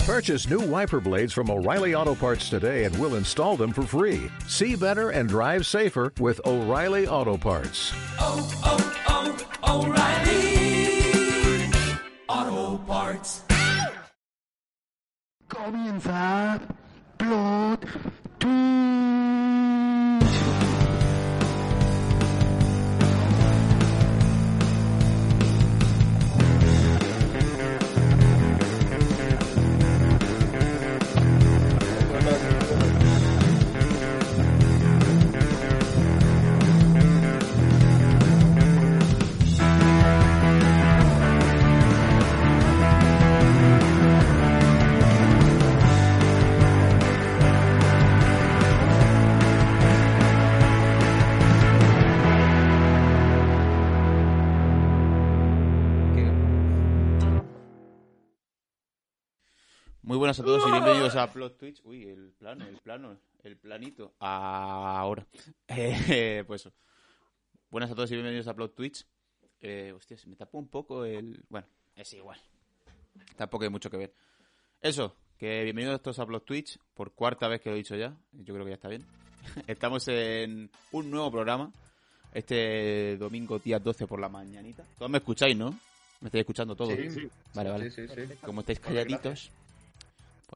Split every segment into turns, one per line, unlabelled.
Purchase new wiper blades from O'Reilly Auto Parts today and we'll install them for free. See better and drive safer with O'Reilly Auto Parts.
Oh, oh, oh, O'Reilly. Auto Parts.
Comienza Plot Twist.
Muy buenas a todos y bienvenidos a Plot Twitch. Uy, el plano, el plano, el planito. Ahora. Eh, pues eso. Buenas a todos y bienvenidos a Plot Twitch. Eh, hostia, se me tapó un poco el... Bueno, es igual. Tampoco hay mucho que ver. Eso, que bienvenidos todos a Plot Twitch. Por cuarta vez que lo he dicho ya. Yo creo que ya está bien. Estamos en un nuevo programa. Este domingo día 12 por la mañanita. Todos me escucháis, ¿no? Me estáis escuchando todos. Vale, vale.
Sí, sí, sí.
Como estáis calladitos... pues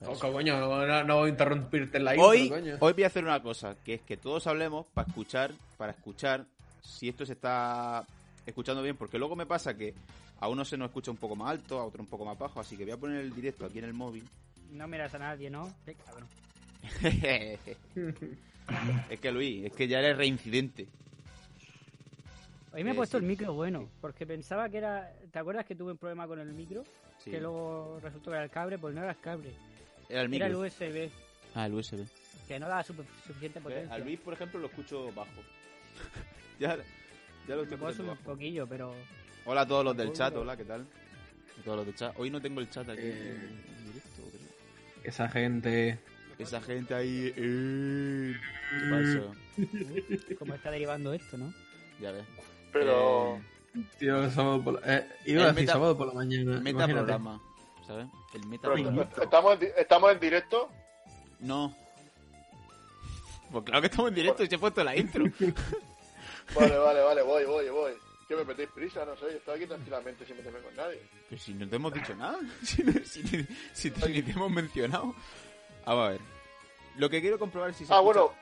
Oh, coño, no, no, no voy a interrumpirte en la intro,
Hoy,
coño.
hoy voy a hacer una cosa, que es que todos hablemos para escuchar, para escuchar si esto se está escuchando bien, porque luego me pasa que a uno se nos escucha un poco más alto, a otro un poco más bajo, así que voy a poner el directo aquí en el móvil.
No miras a nadie, ¿no? Qué cabrón.
es que Luis, es que ya eres reincidente.
Hoy me he
Eh,
puesto
sí.
el micro bueno, porque pensaba que era... ¿Te acuerdas que tuve un problema con el micro?
Sí.
Que luego resultó que era el cable, pues no era el cable.
Era el
Era el E.
micro.
USB,
Ah, el USB.
que no daba supe- suficiente
¿Ves?
potencia.
Pues A Luis, por ejemplo, lo escucho bajo. ya, ya lo
Me
estoy
puedo
escuchando
subir un
bajo.
poquillo, pero...
Hola a todos los del chat, hola, ¿qué tal? A todos los del chat. Hoy no tengo el chat aquí
Eh.
en directo, creo.
Esa gente.
Esa gente ahí. eh, ¿Qué pasó?
¿Cómo está derivando esto, no?
Ya ves. Eh,
Pero
Tío, sábado por la... eh, iba
El
a decir
meta-
sábado por la mañana.
El
imagínate.
metaprograma. ¿Sabes? El
pero,
metaprograma.
¿estamos, en, di- estamos en directo.
No. Pues claro que estamos en directo y se ha puesto la intro.
Vale, vale, vale, voy, voy, voy. Que me metéis prisa, no sé, estoy aquí tranquilamente sin meterme con nadie.
Pero si no te hemos dicho nada. Si, no- si ni- si te, ni te hemos mencionado. Ah, va, a ver. Lo que quiero comprobar es si se
Ah,
escucha-
bueno.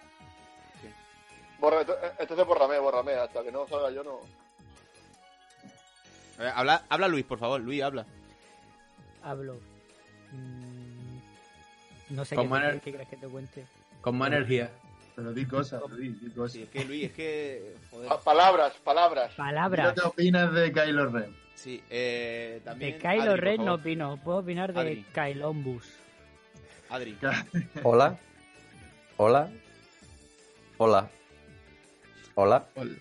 ¿Qué?
Borra, ento- entonces borrame, borrame, hasta que no salga yo no.
A ver, habla, habla Luis, por favor. Luis, habla.
Hablo. Mm, No sé qué,
Como era-
te- qué crees que te cuente.
Con más energía.
Pero di cosas, Luis, di cosas.
Sí, es que Luis, es que. Joder.
Pa- Ah, palabras, palabras.
Palabras.
¿Qué opinas de Kylo Ren?
Sí, eh. También.
De Kylo
Adri, por
Ren no
favor.
opino. Puedo opinar
Adri.
de Kylombus.
Adri.
Hola. Hola. Hola. Hola.
Hola.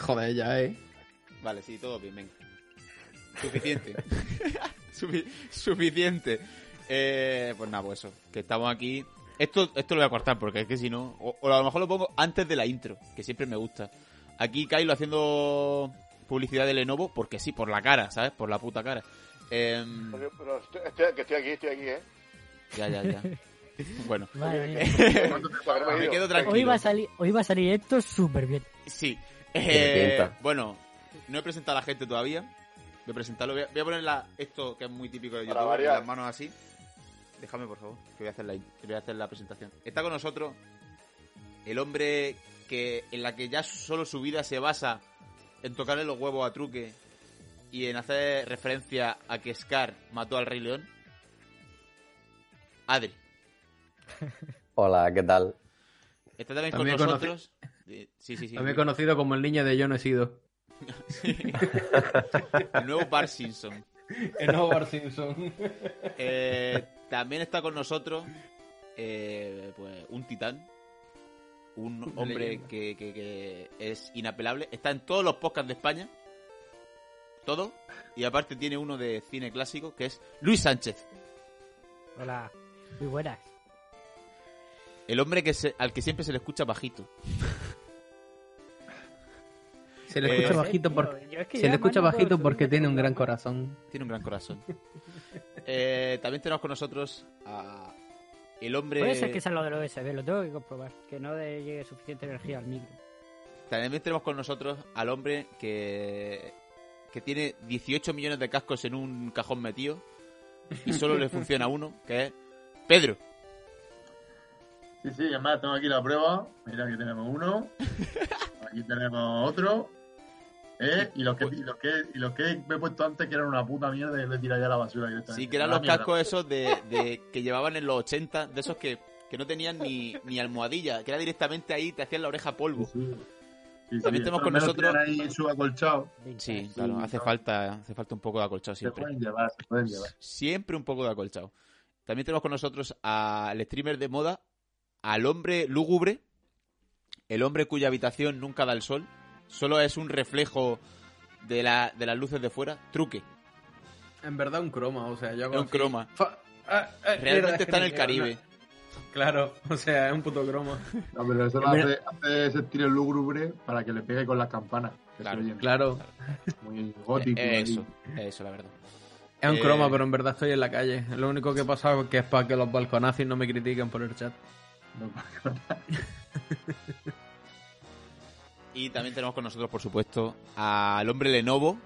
Joder, ya, eh.
Vale, sí, todo bien, venga. Suficiente. Sufi- suficiente. Eh, pues nada, pues eso. Que estamos aquí. Esto, esto lo voy a cortar porque es que si no. O, o a lo mejor lo pongo antes de la intro, que siempre me gusta. Aquí Kylo haciendo publicidad de Lenovo porque sí, por la cara, ¿sabes? Por la puta cara. Em,
Pero- pero estoy, estoy- que estoy aquí, estoy aquí, eh.
ya, ya, ya. Bueno,
Madre mía.
O sea, que no he
me
ido.
quedo tranquilo.
Hoy va a salir, hoy va a salir esto súper bien.
Sí.
me
Eh,
tienta.
bueno, no he presentado a la gente todavía. Voy a presentarlo. Voy a, voy a poner la- esto que es muy típico de
Para
YouTube,
variar.
las manos así. Déjame, por favor, que voy a hacer la, in- que voy a hacer la presentación. Está con nosotros el hombre que en la que ya solo su vida se basa en tocarle los huevos a Truque y en hacer referencia a que Scar mató al Rey León. Adri.
Hola, ¿qué tal?
Está también,
También
con
conocí-
nosotros. Eh, Sí, sí, sí.
También conocido como el niño de Yo no he sido.
El nuevo Bar Simpson.
En Howard Simpson.
Eh, también está con nosotros eh, pues, un titán. Un
Una
hombre
leyenda.
que, que- que es inapelable. Está en todos los podcasts de España. Todo. Y aparte tiene uno de cine clásico que es Luis Sánchez.
Hola. Muy buenas.
El hombre que se- al que siempre se le escucha bajito.
Se le
Eh, no
escucha
sé,
bajito
tío,
porque,
yo es que
se
ya
le escucha
manejo
bajito
el
porque
sonido
tiene
con
un
la
gran
mano.
corazón.
Tiene un gran corazón. Eh, también tenemos con nosotros a el hombre.
Puede ser que sea lo del USB, ¿eh? lo tengo que comprobar. Que no de- llegue suficiente energía al micro.
También tenemos con nosotros al hombre que, que tiene 18 millones de cascos en un cajón metido y solo le funciona uno, que es Pedro.
Sí, sí, además tengo aquí la prueba. Mira que tenemos uno. Aquí tenemos otro. ¿Eh? Y, los que, y, los que, y los que me he puesto antes que eran una puta mierda y les he tirado ya a la basura directamente.
Sí, que eran
La
los
Ah, mierda.
cascos esos de, de- que llevaban en los 80, de esos que, que no tenían ni, ni almohadilla, que era directamente ahí, te hacían la oreja
Sí,
polvo.
sí. Sí, sí,
También tenemos
estos
con
me los
nosotros-
tiran ahí en su acolchado.
Sí, claro, hace falta, hace falta un poco de acolchado
Se
siempre.
pueden llevar, se pueden llevar.
Siempre un poco de acolchado. También tenemos con nosotros al streamer de moda, al hombre lúgubre, el hombre cuya habitación nunca da el sol, solo es un reflejo de, la- de las luces de fuera, truque,
En verdad un croma, o sea, yo
es un
confío-
croma.
Fa- ah, ah, mierda, es
Realmente
que
está en
no
el
llega,
Caribe.
no. Claro, o sea, es un puto croma.
No, pero eso lo
Mira.
hace, hace ese tiro lúgubre para que le pegue con las campanas. que
Claro,
se oyen.
Claro,
Muy
Eh,
gótico.
eh,
ahí.
Eso, eh, eso, la verdad.
es un
Eh,
croma, pero en verdad estoy en la calle. Lo único que he pasado es que es para que los balconazis no me critiquen por el chat.
No,
Y también tenemos con nosotros, por supuesto, al hombre Lenovo,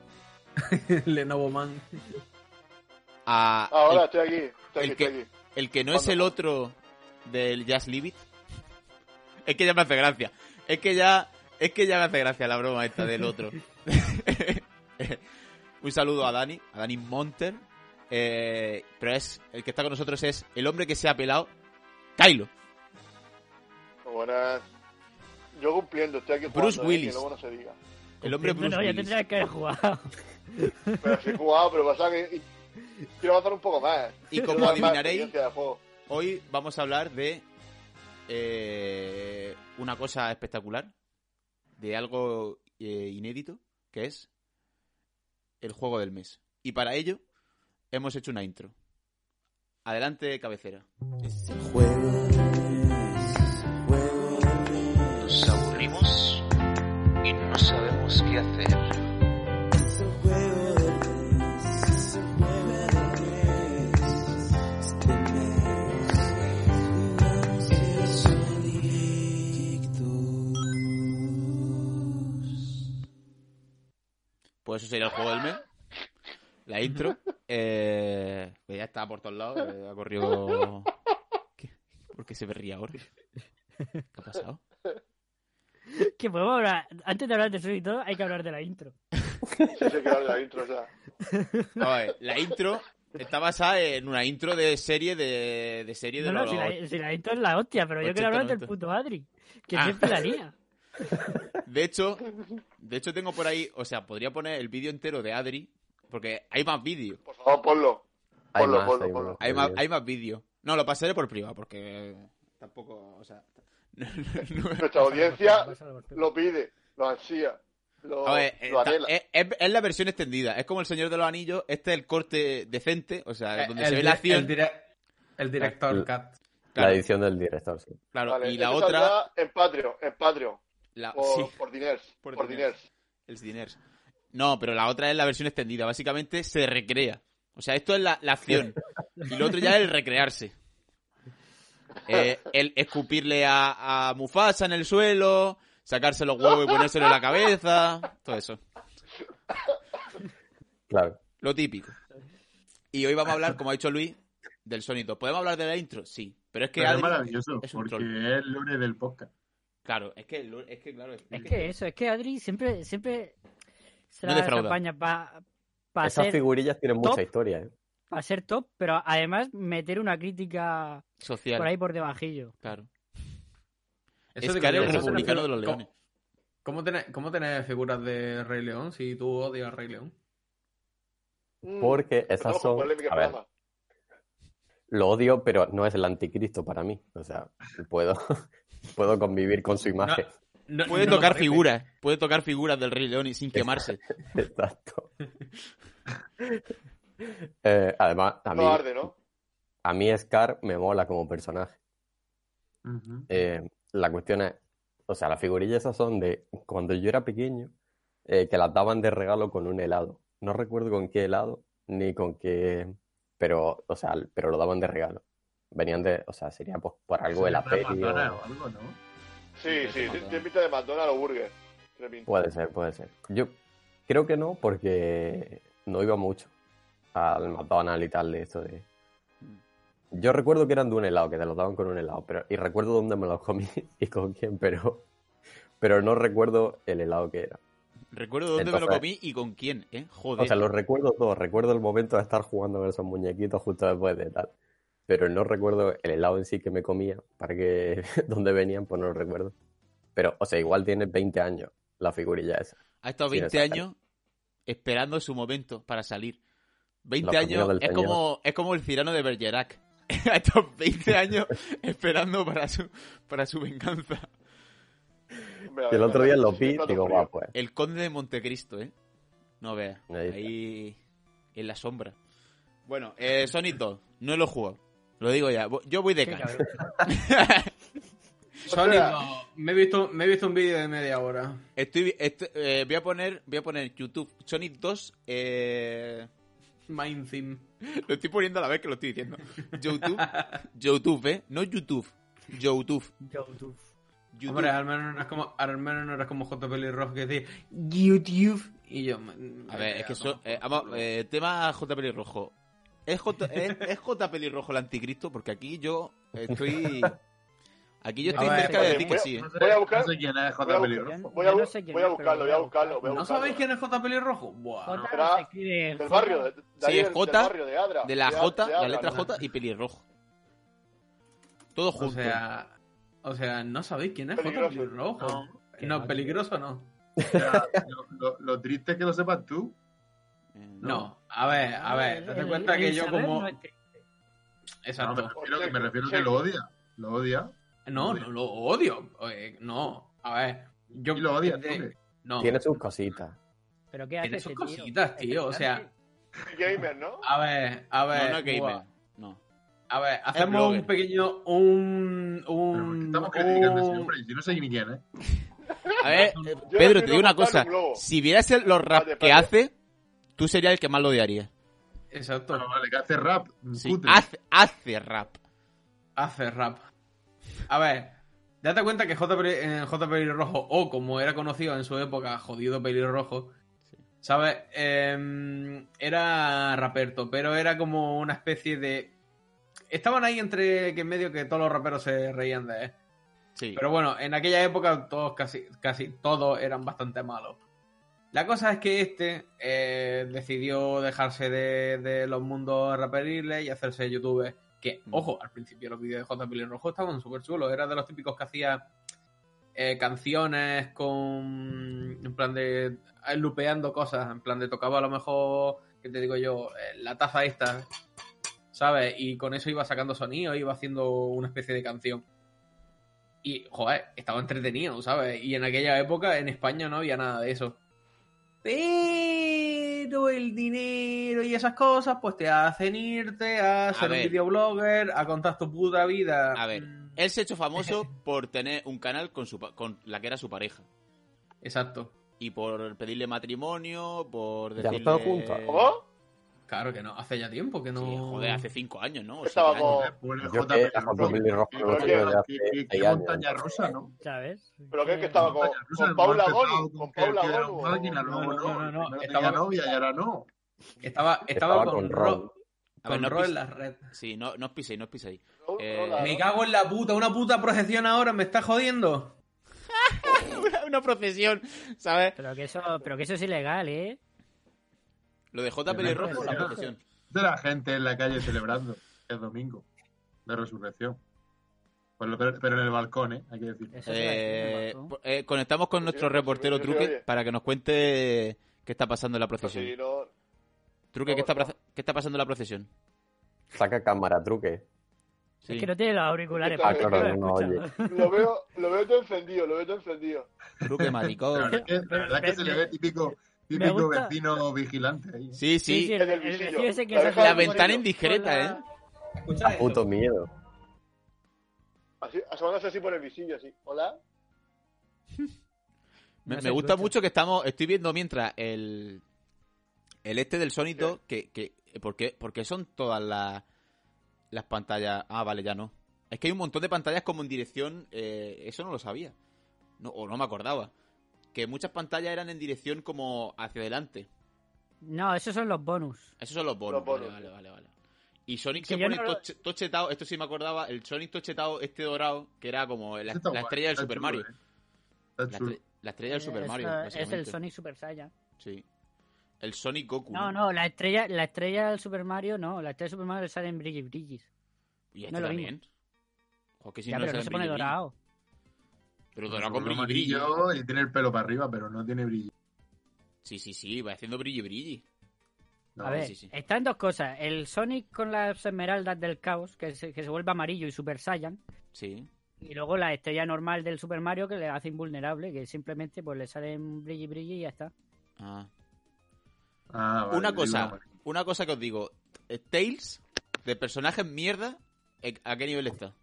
Lenovo Man.
a
Ahora estoy aquí, estoy
el
aquí,
que-
estoy aquí.
El que no es el otro del Jazz Libit. Es que ya me hace gracia. Es que ya. Es que ya me hace gracia la broma esta del otro. Un saludo a Dani, a Dani Monter. Eh, pero es. El que está con nosotros es el hombre que se ha pelado. Kylo.
Muy Buenas. Yo cumpliendo, estoy aquí
Bruce
jugando, eh,
Willis.
que luego no se diga.
El hombre Bruce
Bueno, ya
Willis.
tendría que haber jugado.
Pero sí he jugado, pero pasa que y- quiero avanzar un poco más.
Y
Quiero
como
dar más
adivinaréis,
experiencia de juego.
Hoy vamos a hablar de eh, una cosa espectacular, de algo eh, inédito, que es el juego del mes. Y para ello hemos hecho una intro. Adelante, cabecera.
Nos aburrimos y no sabemos qué hacer.
Pues eso sería el juego del mes. La intro. Eh, que ya está por todos lados. eh, ha corrido. ¿Qué? ¿Por qué se me ríe ahora? ¿Qué ha pasado?
que podemos hablar. Antes de hablar de eso y todo, hay que hablar de la intro.
Sí, sé que habla la intro, o sea.
A ver, la intro está basada en una intro de serie de, de serie de
No, no,
los-
si la, si la intro es la hostia, pero yo
80,
quiero hablar del
90.
puto Adri. Que
Ah.
siempre la lía.
De hecho, de hecho tengo por ahí, o sea, podría poner el vídeo entero de Adri, porque hay más vídeos.
Por favor, ponlo.
Hay
Ponlo,
más,
ponlo,
hay
ponlo.
más.
Hay más, hay más vídeos. No, lo pasaré por privado, porque tampoco, o sea, no- no- no-
Nuestra audiencia
Pásalo por favor.
lo pide, lo ansía, lo,
A ver, eh,
lo
ta-
anhela.
es, es- es la versión extendida, es como el Señor de los Anillos, este es el corte decente, o
Eh,
sea, donde se ve
di-
la acción,
el dire- el director
El-
Cat.
La
claro,
edición del director, sí.
claro,
Vale,
y la
este
otra,
saldrá En Patreon, en Patreon.
la,
Por,
sí.
por diners.
Por
Por,
diners.
diners.
El diners. No, pero la otra es la versión extendida. Básicamente se recrea. O sea, esto es la, la acción. Y lo otro ya es el recrearse. Eh, el escupirle a, a Mufasa en el suelo, sacarse los huevos y ponérselo en la cabeza. Todo eso.
Claro.
Lo típico. Y hoy vamos a hablar, como ha dicho Luis, del sonido. ¿Podemos hablar de la intro? Sí. Pero es que.
Pero es
Adri-
maravilloso,
es un
porque
troll.
es el lunes del podcast.
Claro, es que, lo- es que claro. Es,
Es que eso, es que Adri siempre, siempre se
No
la
defrauda.
desapaña para
Esas
ser,
figurillas tienen
top.
mucha historia, ¿eh?
pa ser top, pero además meter una crítica
social.
por ahí por debajillo.
Claro. es
Eso
que
de que
eres
yo- eso me
republicano
refiero-
de los
¿cómo-
leones.
¿Cómo tenés, ¿Cómo tenés figuras de Rey León si tú odias a Rey León?
Mm.
Porque
Empezamos con
esas son...
polémica
A
en
ver,
programa.
lo odio, pero no es el anticristo para mí. O sea, puedo, puedo convivir con su imagen.
No-
Puede
no lo
tocar
parece.
figuras. Puede tocar figuras del Rey León y sin quemarse.
Exacto. Eh, además, a mí,
No arde, ¿no?
a mí Scar me mola como personaje.
Ujú.
Eh, la cuestión es, o sea, las figurillas esas son de cuando yo era pequeño, eh, que las daban de regalo con un helado. No recuerdo con qué helado ni con qué, pero, o sea, pero lo daban de regalo. Venían de, o sea, sería pues, por algo de la
Sería
peli. o-
McDonald's o algo, ¿no?
Sí, sí, sí, tiene pinta de McDonald's o Burger. Tiene pinta.
Puede ser, puede ser. Yo creo que no, porque no iba mucho al McDonald's y tal de esto de. Yo recuerdo que eran de un helado, que te los daban con un helado, pero y recuerdo dónde me los comí y con quién, pero pero no recuerdo el helado que era.
Recuerdo dónde me lo
Entonces-
comí y con quién, ¿eh? Joder.
O sea, los recuerdo todos, recuerdo el momento de estar jugando con esos muñequitos justo después de tal, pero no recuerdo el helado en sí que me comía, para que dónde venían, pues no lo recuerdo. Pero o sea, igual tiene 20 años la figurilla esa.
Ha estado
Sí,
20
exacto.
años esperando su momento para salir. 20
La familia
años
del
es
señor.
como, es como el cirano de Bergerac. Ha estado 20 años esperando para su, para su venganza.
Hombre, a
Y el
ver,
otro día
sí,
lo
sí,
vi,
plato
digo,
frío.
va, pues.
El conde de Montecristo, ¿eh? No veas.
Ahí
Ahí,
está.
en la sombra. Bueno, eh, Sonic 2. No lo juego. Lo digo ya. Vo- Yo voy de
Qué
cara.
cabrón.
Sonic, no. me he visto, me he visto un vídeo de media hora.
Estoy, estoy- eh, voy a poner, voy a poner YouTube Sonic 2. Eh,
Mind Theme.
Lo estoy poniendo a la vez que lo estoy diciendo. YouTube, YouTube, ¿eh? No YouTube, YouTube.
YouTube.
YouTube.
Hombre, al menos no eres como, al menos no eres como J. Rojo que dice YouTube. Y yo.
a ver, es que eso... eh, vamos, eh, tema J. Pelirrojo. ¿Es J, es, es J. Pelirrojo el anticristo? Porque aquí yo estoy... Aquí yo estoy
A ver,
cerca de ti que
voy a-
sí, ¿eh?
No sé,
Voy a buscar-
no sé quién es
Voy a,
J. Pelirrojo.
Pelirrojo.
buscar- voy a
Ya
bu-
no sé quién
voy a
es, pero
buscarlo, voy a buscarlo. voy a
¿No
buscarlo.
sabéis quién es J. Rojo? Buah.
J
Será
se escribe
Del
J.
barrio, de, de
Sí,
ahí
es
del-
Jota,
del barrio de Adra.
De la
de-
J,
de
la
Adra,
letra
¿no?
J y Pelirrojo. Todo
O
junto.
sea, o sea, no sabéis quién es J.
Peligroso.
Pelirrojo.
No.
No, peligroso no.
Espera, lo, lo- lo triste es que lo sepas tú.
Eh,
No, a ver, a ver, date
El-
cuenta que
el
yo
saber
como.
no es que-
No, me
Exacto.
refiero, que me refiero que lo odia. Lo odia.
No, no lo odio. Eh, No, a ver. Yo,
Y lo odia.
de-
¿no?
No,
Tiene sus cositas.
Pero qué hace
tiene sus
ese tío.
cositas, tío. O sea,
Gamer, ¿no?
a ver, a
No,
ver.
no es gamer.
buah.
No.
A ver, hacemos
blogger.
un pequeño. Un.
Pero
Mm,
porque
un
estamos criticando
oh.
un-
siempre. Yo no sé ni quién ¿eh? es.
A ver, eh,
Yo
Pedro,
prefiero
te digo una
montar
cosa.
un globo.
Si vieras el- los rap
Vale,
que
vale.
hace, tú serías el que más lo odiarías.
Exacto.
Ah, vale, que hace rap.
Sí,
cutre.
Ah,
hace, hace rap.
Hace rap. A ver, date cuenta que J. Peli- eh, J. Pelirrojo, o como era conocido en su época, jodido pelirrojo, ¿sabes? Em, era raperto, pero era como una especie de. Estaban ahí entre que en medio que todos los raperos se reían de él.
Sí.
Pero bueno, en aquella época todos casi, casi todos eran bastante malos. La cosa es que este eh, decidió dejarse de, de los mundos raperiles y hacerse youtuber. Que,
Mm.
ojo, al principio los vídeos de J. Pelirrojo estaban súper chulos. Era de los típicos que hacía eh, canciones con. En plan de. eh, lupeando cosas. En plan de tocaba a lo mejor. ¿Qué te digo yo? Eh, la taza esta. ¿Sabes? Y con eso iba sacando sonido, iba haciendo una especie de canción. Y, joder, estaba entretenido, ¿sabes? Y en aquella época en España no había nada de eso. Pero el dinero y esas cosas, pues te hacen irte a, ser
ver.
un videoblogger, a contar tu puta vida.
A ver.
Mm,
Él se ha hecho famoso por tener un canal con, su, pa- con la que era su pareja.
Exacto.
Y por pedirle matrimonio, por
Ya no
decirle...
estaban juntos.
¿Cómo?
Claro que no, hace ya tiempo que no.
Sí, joder, hace cinco años, ¿no? O siete
Estaba
años.
como-
Pobre
Yo
pues, J.
que a
Pelirrojo.
Juan Pelirrojo
Y
lo
creo
conozco
que-
desde
Qué-
hace
qué- qué
seis años.
montaña rusa, ¿no?
¿Sabes?
Pero que es que estaba con,
Montaña rusa,
con Paula
hemos empezado
Goni.
con
Con
que
Paula
era
Goni.
un máquina, luego
No, no, no, no,
tenía
estaba-
novia y ahora no.
Estaba, estaba,
Estaba
con,
con
Ro,
Ron.
A ver,
con
no
Ro
pis-
en la red.
Sí, no, no os piséis, no os piséis.
¿no?
Eh,
Hola,
Me
¿no?
cago en la puta, una puta procesión ahora, me está jodiendo.
Una procesión, ¿sabes?
Pero que eso, pero que eso es ilegal, ¿eh?
Lo de J.
Pero no
Pelirrojo es una
procesión.
procesión.
De la gente en la calle celebrando. Es domingo de resurrección. Pues lo- pero, pero en el balcón, ¿eh? Hay que decir.
Eso te iba a decir,
Eh,
Marco.
pues,
po- eh, conectamos con
Sí,
nuestro
sí,
reportero
sí, sí,
Truque
oye.
para que nos cuente qué está pasando en la procesión.
Sí, no.
Truque, ¿qué
no,
está, pra- qué está pasando en la procesión?
Saca cámara, truque.
Sí.
Es que no tiene los auriculares.
Ah,
Paco,
claro,
que
no,
escucha.
Lo veo, lo veo todo encendido, lo veo todo encendido.
Truque,
La
maricón.
verdad, es que, la verdad es que se le ve típico,
Eh, me
típico
gusta-
vecino vigilante ahí.
Sí, sí.
Sí, sí, el,
En el
el
visillo.
vecino ese que
La
se
deja
hace
La
Con
ventana
la-
indiscreta, ¿eh?
Escucha
A puto miedo.
Así, asomándose así por el visillo, así. Hola.
Me,
No
me
sé,
gusta
trucho.
mucho que estamos. Estoy viendo mientras el. El este del Sony 2, que. que porque, porque son todas las. Las pantallas. Ah, vale, ya no. Es que hay un montón de pantallas como en dirección. eh, eso no lo sabía. No, o no me acordaba. Que muchas pantallas eran en dirección como hacia adelante.
No, esos son los bonus.
Esos son los bonos.
Los bonus.
Vale, vale, vale, vale. Y Sonic
Que
se
yo
pone
no lo-
toche- tochetado. Esto sí me acordaba. El Sonic tochetado, este dorado, que era como la,
Está
la
guay,
estrella del
está
Super
chulo,
Mario.
eh.
La,
chulo.
estre- la estrella del Super
Es,
Mario.
eh, es el
básicamente.
Sonic Super Saiyan.
Sí. El Sonic Goku.
No, no, la estrella, la estrella del Super Mario, no, la estrella del Super Mario sale en Brigis Brigis.
Y
no
este
es lo
también. O que si
ya,
no
pero no
sale
se pone
brillo, brillo.
dorado.
Pero dorado
Con
con
un
brillo, brillo.
amarillo y tiene el pelo para arriba, pero no tiene brillo.
Sí, sí, sí, va haciendo brillo, brillo.
a ver,
sí, sí.
están dos cosas. El Sonic con las esmeraldas del caos, que se, que se vuelve amarillo y Super Saiyan.
Sí.
Y luego la estrella normal del Super Mario que le hace invulnerable, que simplemente pues le salen brilli brilli y ya está.
Ah.
Ah, vale,
una
digo,
cosa,
amarillo.
una cosa que os digo. eh, Tails, de personajes mierda, eh, ¿a qué nivel está?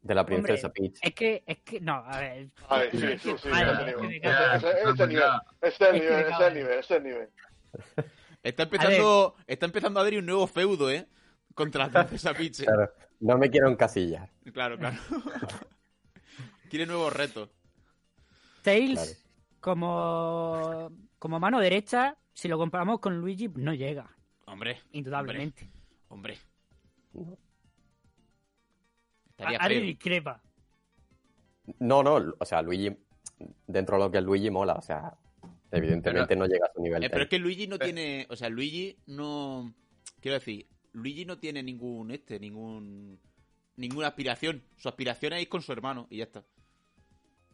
De la princesa
Hombre,
Peach.
Es que, es que, no, a ver.
A ver, sí,
es
sí,
que-
sí.
vale,
ya,
es que me
ya,
cago en-
ese- ese es el nivel, ese es el nivel, ese es el nivel, ese es el nivel.
Está empezando, está empezando a haber un nuevo feudo, ¿eh? Contra la princesa Peach. eh.
Claro, no me quiero encasillar.
Claro, claro. Quiere nuevos retos.
Tails, como, como mano derecha, si lo comparamos con Luigi, no llega,
Hombre,
indudablemente.
hombre. Estaría
Ari
feo.
discrepa.
No, no, o sea, Luigi, dentro de lo que es Luigi, mola, o sea, evidentemente no llega a su nivel.
Eh, pero
de-
es que Luigi no tiene. O sea, Luigi no. Quiero decir, Luigi no tiene ningún este, ningún. ninguna aspiración. Su aspiración es ir con su hermano y ya está.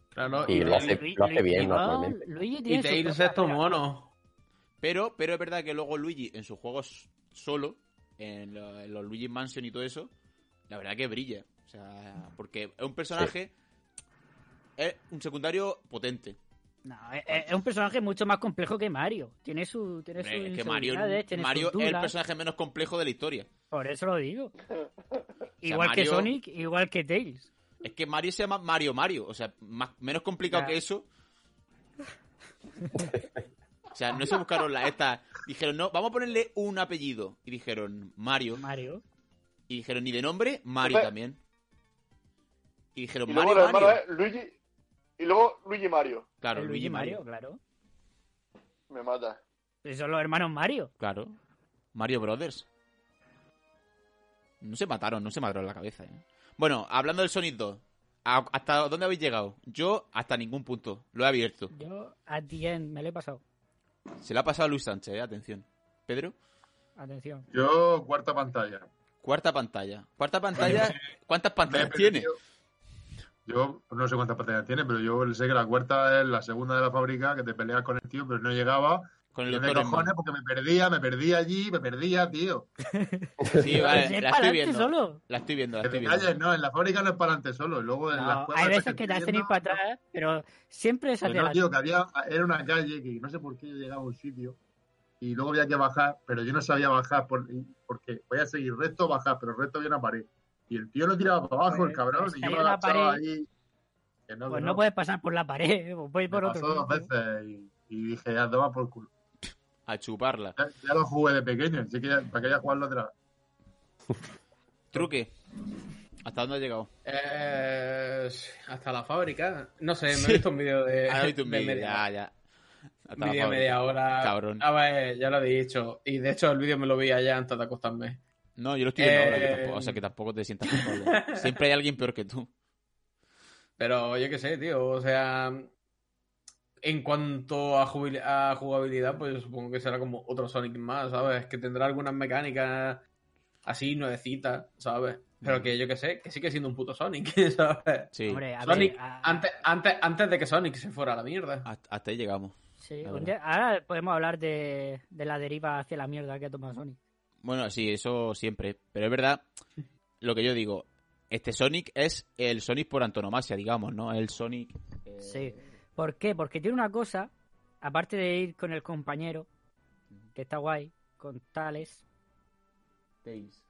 Claro,
Y lo hace,
Luigi-
lo hace bien,
Luigi-
normalmente.
Luigi
Y
tiene su
Tails
propia
es tu
manera.
mono.
Pero, pero es verdad que luego Luigi, en sus juegos solo, en, lo- en los Luigi Mansion y todo eso, la verdad que brilla. O sea, porque es un personaje. Es un secundario potente.
No, es, es un personaje mucho más complejo que Mario. Tiene su, tiene
Hombre,
sus
es que Mario,
inseguridades, tiene
Mario
sus
es el
dudas.
personaje menos complejo de la historia.
Por eso lo digo. Igual que
Mario-
Sonic, igual que Tails.
Es que Mario se llama Mario Mario. O sea, más- menos complicado
Ya.
que eso. O sea, no se buscaron la esta. Dijeron, no, vamos a ponerle un apellido. Y dijeron, Mario.
Mario.
Y dijeron, ni de nombre, Mario
Entonces-
también. Y dijeron,
Y luego
Mario
los
Mario.
¿eh?
hermanos es Luigi y luego Luigi Mario.
Claro,
El
Luigi Mario.
claro.
Me mata.
Pues son los hermanos Mario.
Claro. Mario Brothers. No se mataron, no se mataron la cabeza. ¿eh? Bueno, hablando del Sonic 2. ¿a- ¿Hasta dónde habéis llegado? Yo hasta ningún punto. Lo he abierto.
Yo a the end me lo he pasado.
Se la ha pasado a Luis Sánchez, ¿eh? atención. Pedro.
Atención.
Yo, cuarta pantalla.
Cuarta pantalla. Cuarta pantalla. ¿Cuántas
Me he
pantallas tiene?
perdido- Yo no sé cuántas pantallas tiene, pero yo sé que la cuarta es la segunda de la fábrica, que te peleas con el tío, pero no llegaba.
Con el
Y yo, ¿qué
doctor
cojones? Porque me perdía, me perdía allí, me perdía, tío. pues,
Eggman. Sí,
Si
vale,
es
la
para
estoy
adelante
viendo.
solo.
La estoy viendo, la
Que
estoy
te
viendo.
calles, no, en la fábrica no es para adelante solo. y Luego en
No,
las cuevas
hay
estás
veces que te hacen ir
escribiendo,
para atrás, pero siempre es
Que
hacia
Pues no,
la
tío, que había, era una calle que no sé por qué yo llegaba a un sitio y luego había que bajar, pero yo no sabía bajar por- porque voy a seguir recto bajar, pero recto había una pared. Y el tío lo tiraba para abajo, el
Pues,
cabrón,
pues
y yo
hay
me
una
agachaba
pared.
ahí. Que no,
Pues
que
no
no.
puedes pasar por la pared, pues puedes
Me
por
pasó
otro
dos
sitio.
veces y, y dije, ya toma por culo.
A chuparla.
Ya, ya lo jugué de pequeño, así que ya, para que ya jugarlo otra vez.
Truque. ¿Hasta dónde ha llegado?
Eh, hasta la fábrica. No sé, me
Sí.
he visto un vídeo
Ah,
de.
hoy tú
Eh, de
me-
media hora.
ya, ya. Hasta
Un
la
vídeo de
fábrica.
media hora. Ah,
Cabrón.
A ver, ya lo he dicho. Y de hecho, el vídeo me lo vi allá antes de acostarme.
No, yo lo estoy viendo ahora, que
Eh,
tampoco- o sea que tampoco te sientas culpable. Siempre hay alguien peor que tú.
Pero yo qué sé, tío. O sea. En cuanto a, jubil- a jugabilidad, pues yo supongo que será como otro Sonic más, ¿sabes? Que tendrá algunas mecánicas así, nuevecitas, ¿sabes? Pero que yo qué sé, que sigue siendo un puto Sonic, ¿sabes?
Sí.
Hombre, a
Sonic,
ver, a- Ah,
antes, antes, antes de que Sonic se fuera a la mierda.
Hasta, hasta ahí llegamos.
sí,
la
un
verdad.
día- ahora podemos hablar de, de la deriva hacia la mierda que ha tomado Sonic.
Bueno, sí, eso siempre. Pero es verdad, lo que yo digo, este Sonic es el Sonic por antonomasia, digamos, ¿no? El Sonic. eh,
Sí. ¿Por qué? Porque tiene una cosa, aparte de ir con el compañero, que está guay, con Tales,
Tails.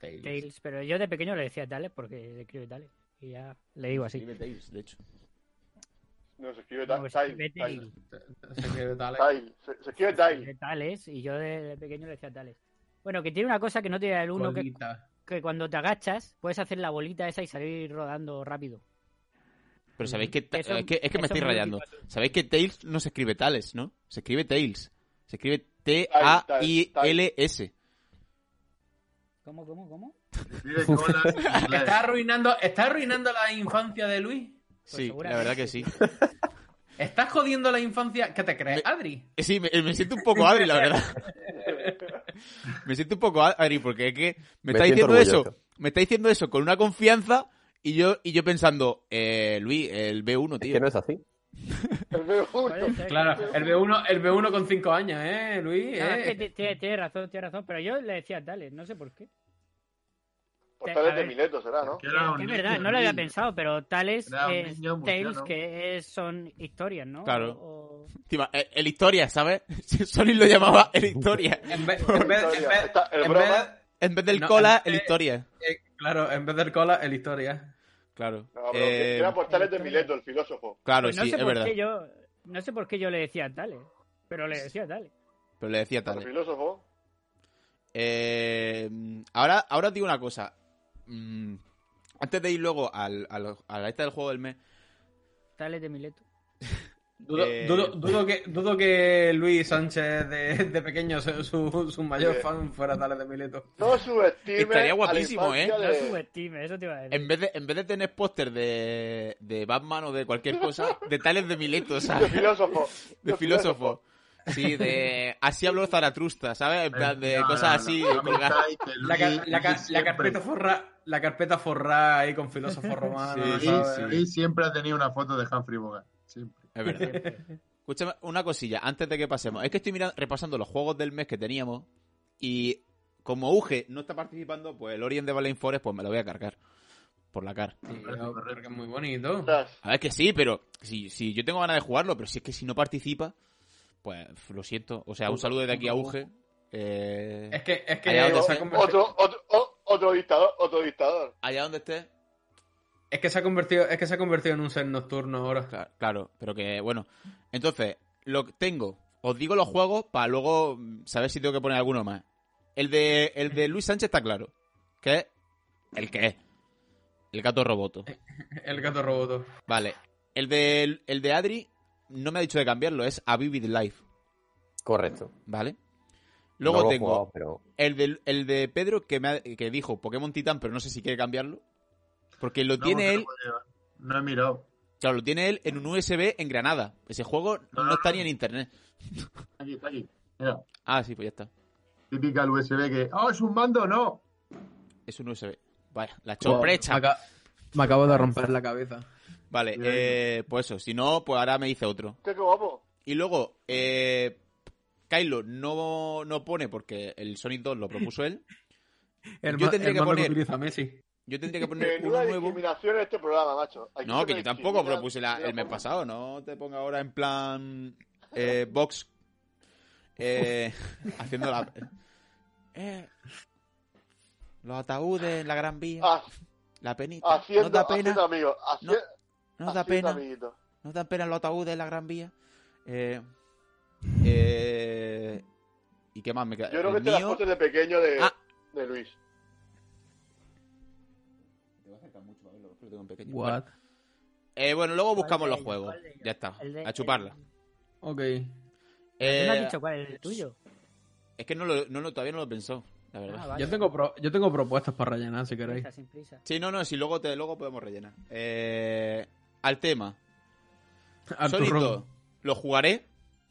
Tails, pero yo de pequeño le decía Tales porque le escribe Tales. Y ya le digo así.
Escribe Tails, de hecho.
No, se escribe
No,
Tile.
se
Tile.
escribe
Tile.
Se escribe Tales.
Tile, Se se escribe Tile.
de Tales, y yo de, de pequeño le decía Tales. Bueno, que tiene una cosa que no tiene el uno, que,
Colita.
que cuando te agachas puedes hacer la bolita esa y salir rodando rápido.
Pero sabéis que. ta-
Eso-
es que, es que me
eso
estoy
es muy
rayando.
multipato.
Sabéis que Tails no se escribe Tales, ¿no? Se escribe Tails. Se escribe
Tails,
T-A-I-L-S.
¿Cómo, cómo, cómo?
Escribe con la-
Que está arruinando, está arruinando la infancia de Luis.
Sí, la
seguramente.
verdad que sí.
Estás jodiendo la infancia. ¿Qué te crees, Adri?
Eh, Sí, me, me siento un poco Adri, la verdad. Me siento un poco Adri, porque es que me,
Me
está
siento
diciendo eso.
orgulloso.
Me está diciendo eso con una confianza y yo, y yo pensando, eh, Luis, el B1,
Es
tío.
que no es así.
El veo justo.
Puede ser que-
Claro, el B1, el B1 con 5 años, ¿eh, Luis?
No, es
eh.
que ti- tiene, tiene razón, tiene razón, pero yo le decía Tales, no sé por qué.
Pues
A
Tales de
ver.
Mileto será, ¿no?
que era un
es
niño,
verdad,
un
no lo había
niño.
pensado, pero Tales
Era un
es eh,
niño
Tales,
murciano.
que es- son historias, ¿no?
Claro.
O- o-
Encima, eh, el Historia, ¿sabes? Sony lo llamaba el Historia.
En vez, en vez- en vez-
Está el
en
broma.
vez-
En vez del
No,
cola,
en
el
vez-
Historia.
eh, claro, en vez del cola, el historia.
Claro.
No, pero
Eh,
era por Tales de Mileto, el filósofo.
claro,
pues no
sí,
sé
es
por
verdad.
qué yo no sé por qué yo le decía Tales, pero le decía Tales.
Pero le decía
El
Tales.
filósofo.
Eh, ahora, ahora os digo una cosa. Mm, antes de ir luego al, al- a la esta del juego del mes.
Tales de Mileto.
Dudo,
Eh.
dudo, dudo que, dudo que Luis Sánchez de, de pequeño, su- su, su mayor
Eh.
fan, fuera Tales de Mileto.
No subestime.
Estaría
a la
guapísimo,
infancia
¿eh?
No
de-
subestime, eso te iba a decir.
En vez de, en vez de tener póster de, de Batman o de cualquier cosa, de Tales de Mileto, ¿sabes?
De filósofo.
De filósofo. Sí, de. Así habló Zaratrusta, ¿sabes? En plan de
No, no,
cosas
no,
así.
no, no,
colgadas.
estáis que
La, ca- la, ca-
Luis
la
siempre-
carpeta forra, la carpeta forrada ahí con filósofo romano.
Sí,
¿sabes?
Luis- Luis siempre ha tenido una foto de Humphrey Bogart. Siempre.
Es verdad. Escúchame una cosilla, antes de que pasemos. Es que estoy mirando, repasando los juegos del mes que teníamos y como Uge no está participando, pues el Orient de Valen Forest pues me lo voy a cargar por la cara.
Sí, claro, porque es muy bonito.
Ostras,
A ver que sí, pero si, si yo tengo ganas de jugarlo, pero si es que si no participa, pues lo siento. O sea, un saludo desde aquí a Uge. Eh,
Es que, es que
Allá donde
se ha
se-
convertido-
Eh, Otro, otro, o- otro dictador, otro dictador.
allá donde estés.
Es que se ha convertido, es que se ha convertido en un ser nocturno ahora.
Claro, claro, pero que bueno. Entonces, lo que tengo, os digo los juegos para luego mm, saber si tengo que poner alguno más. El de, el de Luis Sánchez está claro. Que es el que es. El gato roboto.
El gato roboto.
Vale. El de, el de Adri no me ha dicho de cambiarlo, es A Vivid Life.
Correcto.
¿Vale? Luego
No lo he
tengo
jugado, pero
el, de, el de Pedro que, me ha- que dijo Pokémon Titan, pero no sé si quiere cambiarlo. Porque lo
No,
tiene
porque
él,
no puede llevar. No he mirado.
claro, lo tiene él en un USB en Granada. Ese juego
No,
no
no,
está
no.
ni en internet.
Aquí, está aquí. Mira,
Ah, sí, pues ya está.
típica el USB que. ¡Oh, es un mando! ¡No!
Es un USB. Vaya, la chorprecha.
Aca- Me acabo de romper la cabeza.
Vale, eh, pues eso. Si no, pues ahora me dice otro.
Qué guapo.
Y luego, eh, Kylo no, no pone porque el Sonic 2 lo propuso él.
El,
Yo
ma-
tendría
el
que
mando
poner-
utiliza Messi.
Yo tendría que poner uno
Menuda
nuevo.
discriminación en este programa, macho. Aquí
No,
se
que
me
yo tampoco
discrimina
propuse la-
de una
el mes
forma.
pasado. No te ponga ahora en plan eh, box eh, haciendo la... Eh, los ataúdes en la Gran Vía.
Ah,
la penita.
Haciendo,
no da pena.
haciendo amigos. haci-
No, no da
haciendo
pena.
amiguitos.
¿No te dan pena los ataúdes de la Gran Vía? Eh, eh, ¿Y qué más me queda?
Yo creo que
El
esta es la
mío-
foto de pequeño de,
Ah.
de Luis.
What?
Eh, bueno, luego buscamos
¿Cuál de
los
ellos?
juegos.
¿Cuál de ellos?
Ya está,
El de-
a chuparla.
Ok.
¿Tú no has
Eh,
dicho cuál es el tuyo?
es que no lo, no lo- todavía no lo pensó, la verdad.
Ah, vale.
Yo tengo, pro- yo tengo propuestas para rellenar, si
Sin
queréis.
prisa, sin prisa.
Sí, no, no, si luego, te, luego podemos rellenar. Eh, al tema.
Arturo.
Sonic 2, lo jugaré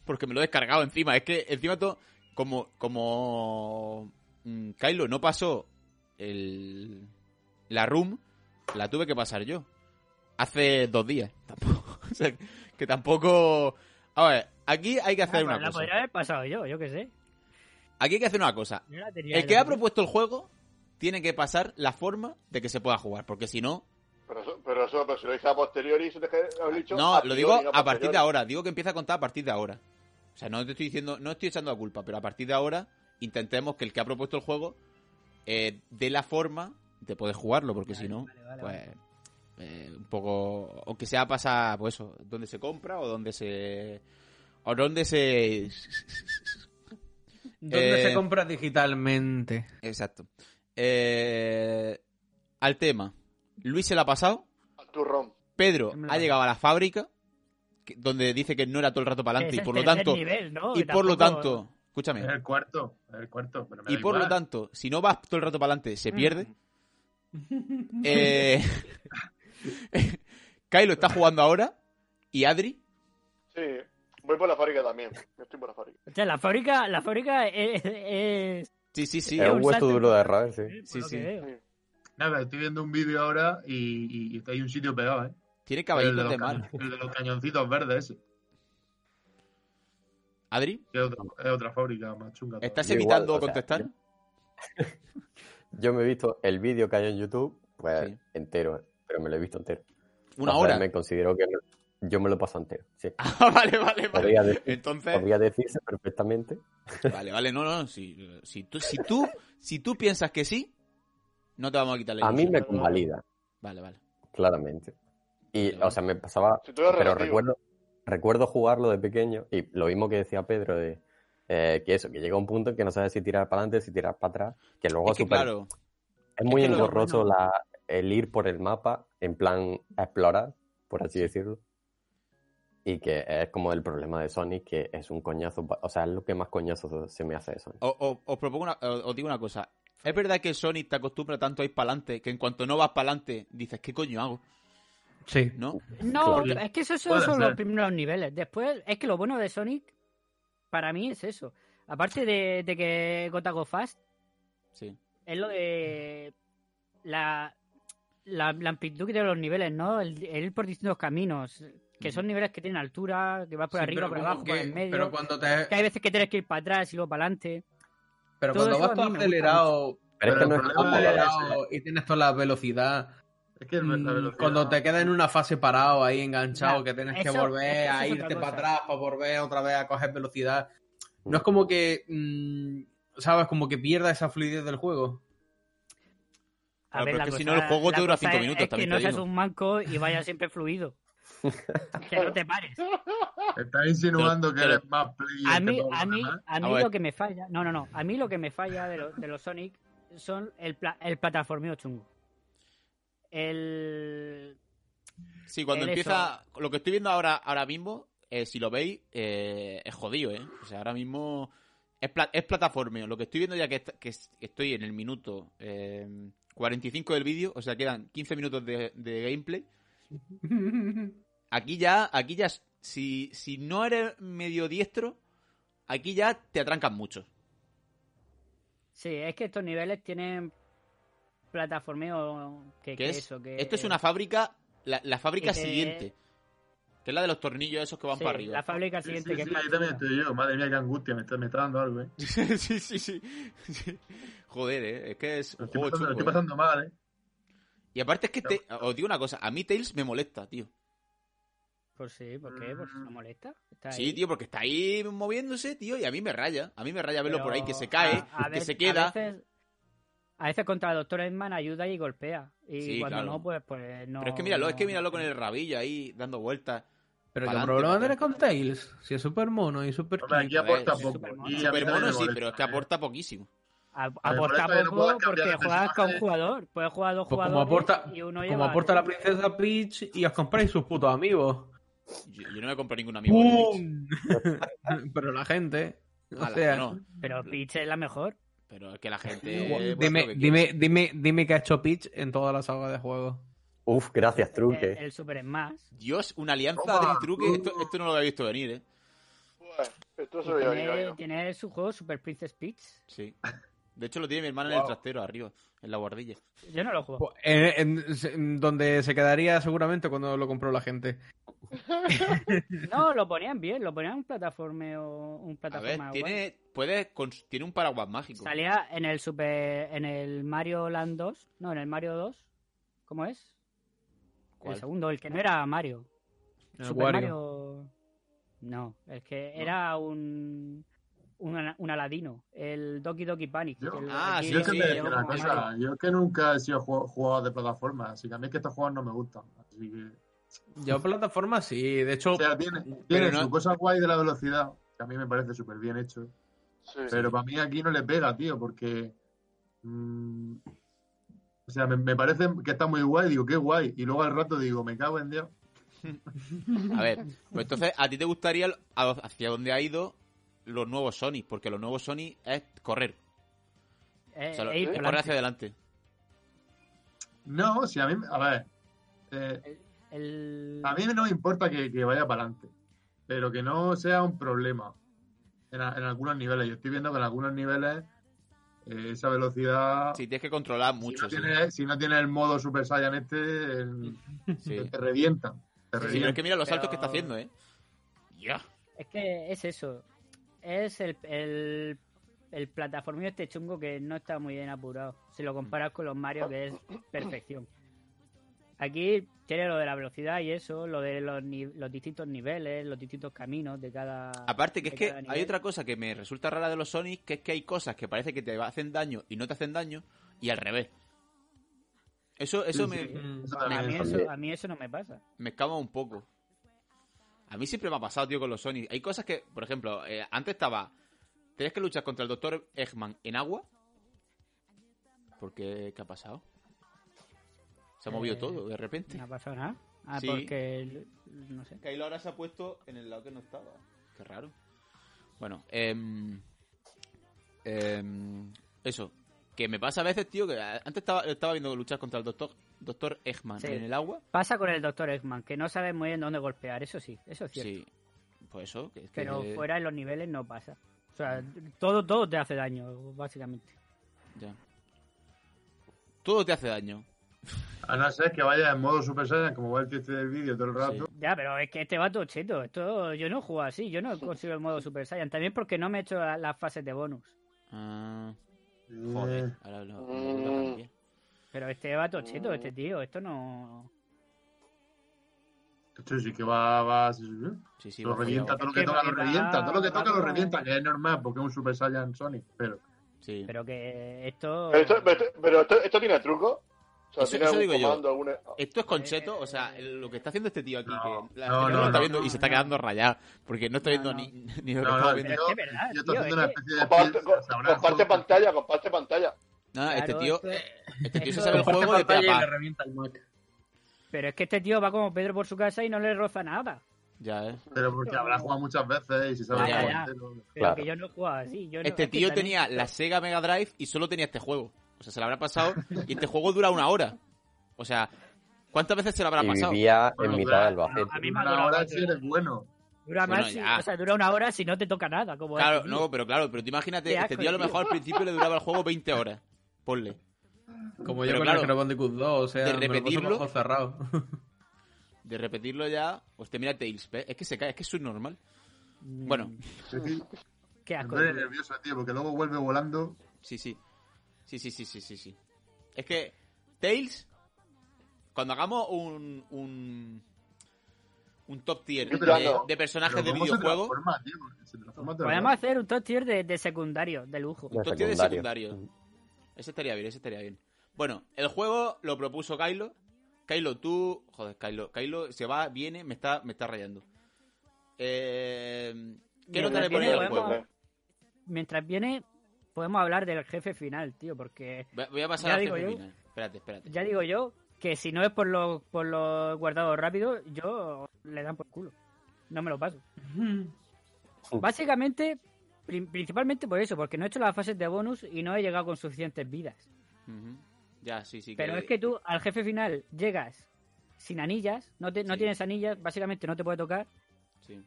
porque me lo he descargado encima. Es que encima todo, como, como mm, Kylo no pasó el, la room, la tuve que pasar yo. Hace dos días. Tampoco, o sea, que tampoco... A ver, aquí hay que
Ah,
hacer
pues
una
la
cosa.
podría haber pasado yo, yo qué sé.
Aquí hay que hacer una cosa.
Yo la tenía
El
yo
que ha
también.
propuesto el juego tiene que pasar la forma de que se pueda jugar, porque si no...
Pero eso, pero eso pero si lo dije a posteriori, se te ha dicho.
No, lo digo
priori, no
a partir de
posteriori.
ahora. Digo que empieza a contar a partir de ahora. O sea, no te estoy diciendo, no estoy echando la culpa, pero a partir de ahora intentemos que el que ha propuesto el juego eh, dé la forma de poder jugarlo, porque si no,
vale, vale,
pues eh, un poco, aunque sea pasar, pues eso, donde se compra o donde se... O donde se...
¿Dónde
Eh,
se compra digitalmente?
Exacto. Eh, al tema. Luis se la ha pasado.
Al turrón.
Pedro ha llegado a la fábrica, que- donde dice que no era todo el rato para adelante. Y
Es el
por lo
tercer
tanto.
nivel, ¿no?
Y
Que
por lo
tampoco-
tanto. Escúchame.
Es el cuarto, es el cuarto. Pero me da
Y por
igual.
lo tanto, si no vas todo el rato para adelante, se
Mm.
pierde. Eh, Kylo está jugando ahora. Y Adri.
Sí, voy por la fábrica también. Yo estoy por la fábrica.
O sea, la fábrica, la fábrica es, es-
Sí, sí, sí.
Es un
un
hueso
salto.
duro de roer, sí.
por
Sí,
lo
sí.
que veo.
Nada, estoy viendo un vídeo ahora y, y- y hay un sitio pegado, ¿eh?
Tiene
El de,
caballitos
los
de
cañon-
mar.
el de los cañoncitos verdes, ese.
Adri,
Que es, otra, es otra fábrica más chunga. todavía.
¿estás
Yo igual,
evitando
o sea,
contestar?
yo- Yo me he visto el vídeo que hay en YouTube, pues
Sí.
entero, eh, pero me lo he visto entero.
Una
O sea,
hora.
Me considero que no- yo me lo paso entero. Sí.
Ah, vale, vale, vale.
Podría, decir-
Entonces.
podría decirse perfectamente.
Vale, vale, no, no, si, si, tú, si, tú, si tú piensas que sí, no te vamos a quitar la
A mí
ilusión.
me convalida,
Vale, vale.
claramente. Y,
Vale,
o sea, me pasaba.
Si todo es
Pero
relativo.
recuerdo, recuerdo jugarlo de pequeño y lo mismo que decía Pedro de. eh, que eso, que llega un punto en que no sabes si tirar para adelante, si tirar para atrás, que luego
Es que
super-
claro,
Es muy
que lo-
engorroso
bueno.
la, el ir por el mapa, en plan a explorar, por así decirlo. Y que es como el problema de Sonic, que es un coñazo. pa- O sea, es lo que más coñazo se me hace de Sonic.
o- o- os propongo una, o- os digo una cosa. Es verdad que Sonic te acostumbra tanto a ir para adelante que en cuanto no vas para adelante dices, ¿qué coño hago?
Sí.
¿No?
No,
Claro.
es que esos son,
Puede
son
ser.
los primeros niveles. Después, es que lo bueno de Sonic, para mí, es eso. Aparte de, de que Gotta Go Fast,
Sí.
es lo de la, la, la amplitud de los niveles, ¿no? El, el ir por distintos caminos, que son niveles que tienen altura, que vas por
Mm. Sí,
arriba,
pero
por
como
abajo, por
que-
el medio.
Pero cuando te.
Que hay veces que tienes que ir para atrás y luego para adelante.
Pero
todo
cuando
eso a
vas
mí
todo
me gusta
acelerado.
Pero es que
Pero
no
el
es
problema
cómodo.
es-
acelerado y tienes toda la velocidad.
Es que el- la
Mm,
velocidad-
Cuando te quedas en una fase parado ahí enganchado,
Ya,
que tienes
eso-
que volver
es que eso
a
es otra
irte para
cosa.
atrás, para volver otra vez a coger velocidad. No es como que, mm, ¿sabes? Como que pierda esa fluidez del juego.
A
Claro,
ver,
pero
la
es que si
cosa-
no, el juego
la
te dura
cosa
cinco
es-
minutos,
Es que
también
no
te
seas
digo.
un manco y vaya siempre fluido. que no te pares.
Estás insinuando que
Pero-
eres más player
A
que
mí,
todos los
a mí,
demás.
a
A
mí
ver.
lo que me falla, no, no, no, a mí lo que me falla de, lo- de los Sonic son el, pla- el plataformeo chungo. El...
Sí, cuando
Él
empieza... Lo que estoy viendo ahora, ahora mismo, eh, si lo veis, eh, es jodido, ¿eh? O sea, ahora mismo es, pla- es plataformeo. Lo que estoy viendo ya que, est- que es- que estoy en el minuto eh, 45 del vídeo, o sea, quedan 15 minutos de- de gameplay. Aquí ya, aquí ya, si, si no eres medio diestro, aquí ya te atrancan mucho.
Sí, es que estos niveles tienen plataformeo que,
¿Qué
que
es?
eso, que...
Esto es una fábrica, la, la fábrica
que-
siguiente. Que es la de los tornillos esos que van
sí,
para arriba.
la fábrica
Sí,
siguiente
sí,
que
sí,
es más
ahí también
chunga.
estoy yo. Madre mía, qué angustia. Me está, me está dando algo, eh.
sí, sí, sí, sí. Joder, eh, es que es
Lo
un
estoy pasando, lo
juego chungo,
estoy
eh.
pasando mal, eh.
Y aparte es que, te- os digo una cosa, a mí Tails me molesta, tío.
Pues sí, ¿por qué? ¿Por si no molesta? Está
Sí,
ahí.
tío, porque está ahí moviéndose, tío, y a mí me raya. A mí me raya verlo
Pero
por ahí, que se cae,
a- a
que
ve-
se queda.
A veces, a veces contra el doctor Eggman ayuda y golpea. Y
Sí,
cuando
claro.
no, pues, pues no.
Pero es que míralo,
no-
es que míralo
no-
con el rabillo ahí, dando vueltas.
Pero qué
Pa'lante,
problema
pa'lante.
tenés con Tails. Si es súper mono y súper.
Hombre, aquí
cute.
A ver,
aporta
es
poco.
supermono.
Y a mí
Super
también
mono,
me
sí,
molesta,
pero es que
eh.
aporta poquísimo.
A-
Vale, por
Aporta
eso ya no
poco
puedes cambiar
porque
de
juegas con
personaje.
un jugador. Puedes jugar a dos
Pues como
jugadores
aporta,
y uno
como
lleva.
aporta la princesa Peach y os compráis sus putos amigos.
Yo, yo no me compro ningún amigo. de Twitch,
¡Pum! Pero la gente. O
Ala,
sea,
no.
Pero Peach es la mejor.
Pero es que la gente. pues,
dime,
lo que
dime, dime, dime que ha hecho Peach en toda la saga de juegos.
Uf, gracias, truque.
El, el Super Smash.
quiere. Dios, una alianza
Toma.
de truque. Esto, esto no lo había visto venir, ¿eh?
Bueno, esto
Y
se veía venir,
tiene,
oído.
tiene su juego Super Princess Peach.
Sí. De hecho, lo tiene mi hermana en el
Wow.
trastero, arriba, en la guardilla.
Yo no lo juego.
Pues, en- en- se- en donde se quedaría seguramente cuando lo compró la gente. Pues-
No, lo ponían bien, lo ponían un plataformeo. Un
A ver,
plataforma guay.
tiene, puedes, cons- tiene un paraguas mágico.
Salía en el Super. En el Mario Land 2. No, en el Mario 2. ¿Cómo es?
¿Cuál?
El segundo, el que no era Mario.
El
Super
Wario.
Mario. No, el que era un. un, ana- un Aladino, el Doki Doki Panic. el-
Ah,
aquí
sí,
yo es que
sí,
te
sí,
digo
yo
una
como
cosa, yo es que nunca he sido jue- jugador de plataforma, así que a mí es que estos juegos no me gustan. Así que,
Yo plataforma sí, de hecho,
o sea, tiene, tiene
Pero no-
su cosa guay de la velocidad, que a mí me parece súper bien hecho.
Sí.
Pero para mí aquí no le pega, tío, porque. mm, o sea, me, me parece que está muy guay, digo, qué guay. Y luego al rato digo, me cago en Dios.
A ver, pues entonces, ¿a ti te gustaría lo- a- hacia dónde ha ido los nuevos Sony? Porque los nuevos Sony es correr.
eh,
O sea, lo-
eh, ir
es
pa'lante.
correr hacia adelante.
No, si a mí. A ver. eh,
El-
a mí no me importa que, que vaya para adelante, pero que no sea un problema en, a- en algunos niveles. Yo estoy viendo que en algunos niveles eh, esa velocidad.
Sí, tienes que controlar
si,
mucho.
no
sí.
tienes, si no tienes el modo Super Saiyan este, el-
Sí.
te revientan. Te
Mm. Sí, pero es
revientan.
que mira los saltos que está
Pero-
haciendo, ¿eh? Ya.
Es que es eso. Es el, el, el plataformeo este chungo que no está muy bien apurado. Si lo comparas con los Mario, que es perfección. Aquí tiene lo de la velocidad y eso, lo de los, ni- los distintos niveles, los distintos caminos de cada.
Aparte que es
de
que
cada nivel.
hay otra cosa que me resulta rara de los Sonic, que es que hay cosas que parece que te hacen daño y no te hacen daño, y al revés. Eso, eso
Sí,
me,
sí.
mm,
Eso
A
también
mí
es-
eso, a mí eso no me pasa.
me escama un poco. A mí siempre me ha pasado, tío, con los Sonic. Hay cosas que, por ejemplo, eh, antes estaba... Tenías que luchar contra el Dr. Eggman en agua. ¿Por qué? ¿Qué ha pasado? Se ha movido
Eh,
todo de repente.
No ha pasado nada. Ah,
Sí.
porque. el- No sé.
Kylo ahora se ha puesto en el lado que no estaba. Qué raro. Bueno, em, em, eso. Que me pasa a veces, tío, que antes estaba, estaba viendo luchar contra el doctor, doctor Eggman
Sí.
en el agua.
Pasa con el Dr. Eggman, que no sabe muy bien dónde golpear, eso sí, eso es cierto.
Sí. Pues eso, que es que-
Pero fuera en los niveles no pasa. O sea, todo, todo te hace daño, básicamente.
ya. Todo te hace daño.
A no ser que vaya en modo Super Saiyan, como va el tío este del vídeo todo el rato.
Ya, pero es que este vato cheto, esto yo no juego así, yo no consigo el modo Super Saiyan, también porque no me he hecho la- las fases de bonus.
Ah,
eh,
joder, ahora lo, lo voy a
Mm.
cambiar.
Pero este vato cheto, este tío, esto no...
Esto sí que va, va sí, sí, sí.
Sí, sí,
lo
va
revienta,
follado.
todo lo
Es
que
que
toca lo
va- eh.
revienta, todo lo que
va
toca lo
como-
revienta, que es normal porque es un Super Saiyan Sonic, pero
Sí.
Pero que esto...
Pero, esto, pero esto- pero esto- esto tiene truco. O sea,
Eso-
tiene
eso
algún
digo yo.
comando, alguna.
Esto es concheto,
eh,
o sea, lo que está haciendo este tío aquí,
No,
que la
no,
gente
no,
lo está
no,
viendo
no,
y se está
no.
quedando rayado, porque no está
No,
viendo
no.
ni, ni lo que
No,
estaba
no,
viendo.
Pero es que es verdad,
yo estoy
Ah, tío,
haciendo
es
una
que-
especie de
Comparte,
piel
co-
restaurante.
comparte pantalla, comparte pantalla.
No, este
Claro,
tío,
esto-
este tío se
esto-
sabe el
comparte
juego de pe a
pantalla y le
pa.
revienta el Mac.
Pero es que este tío va como Pedro por su casa y no le roza nada.
Ya, eh.
Pero porque habrá jugado muchas veces y se sabe
Ya,
cómo
ya.
hacerlo.
Pero
Claro.
que yo no juego así. Yo no-
Este
es que
tío
también-
tenía la Sega Mega Drive y solo tenía este juego. O sea, se lo habrá pasado y este juego dura una hora. O sea, ¿cuántas veces se lo habrá
Y
pasado?
vivía
Bueno,
en mitad del
claro,
Albacete.
a mí me ha durado
Ahora
más,
sí eres bueno.
Dura
Bueno,
más, si-
ya.
o sea, dura una hora si no te toca nada. Como
Claro,
este tío.
no, pero claro, pero tú imagínate,
Qué
este
asco,
tío a lo
tío.
mejor al principio le duraba el juego 20 horas. Ponle.
Como
Pero
yo con
claro,
el Crash Bandicoot 2, o sea,
de
me lo puse
repetirlo-
con ojos cerrados.
De repetirlo ya, hostia, mira Tails, ¿ves? es que se cae, es que es subnormal.
Mm,
Bueno,
Qué
Me
asco.
pone
tío.
nervioso, tío, porque luego vuelve volando.
Sí, sí. Sí, sí, sí, sí, sí, sí. Es que Tails, cuando hagamos un un, un top tier
Sí,
de,
pero no.
de personajes
Pero
de
¿cómo se
videojuego,
transforma, tío? Se transforma todo el
Podemos
rato.
hacer un top tier de, de secundario, de lujo.
de
top tier de
secundario.
secundario. Ese estaría bien, ese estaría bien. Bueno, el juego lo propuso Kylo. Kylo, tú... Joder, Kylo. Kylo se va, viene, me está, me está rayando. Eh, ¿Qué
Mientras
nota le ponéis
viene,
al
podemos-
juego?
Mientras viene, podemos hablar del jefe final, tío, porque
Voy a- Voy a pasar
Ya
a la
digo yo.
Espérate, espérate.
ya digo yo que si no es por los por los guardados rápidos, yo le dan por culo. No me lo paso. Básicamente, pri- principalmente por eso, porque no he hecho las fases de bonus y no he llegado con suficientes vidas.
Ujú. Ya, sí, sí.
Pero es que tú al jefe final llegas sin anillas, no, te- no
Sí.
tienes anillas, básicamente no te puede tocar.
Sí.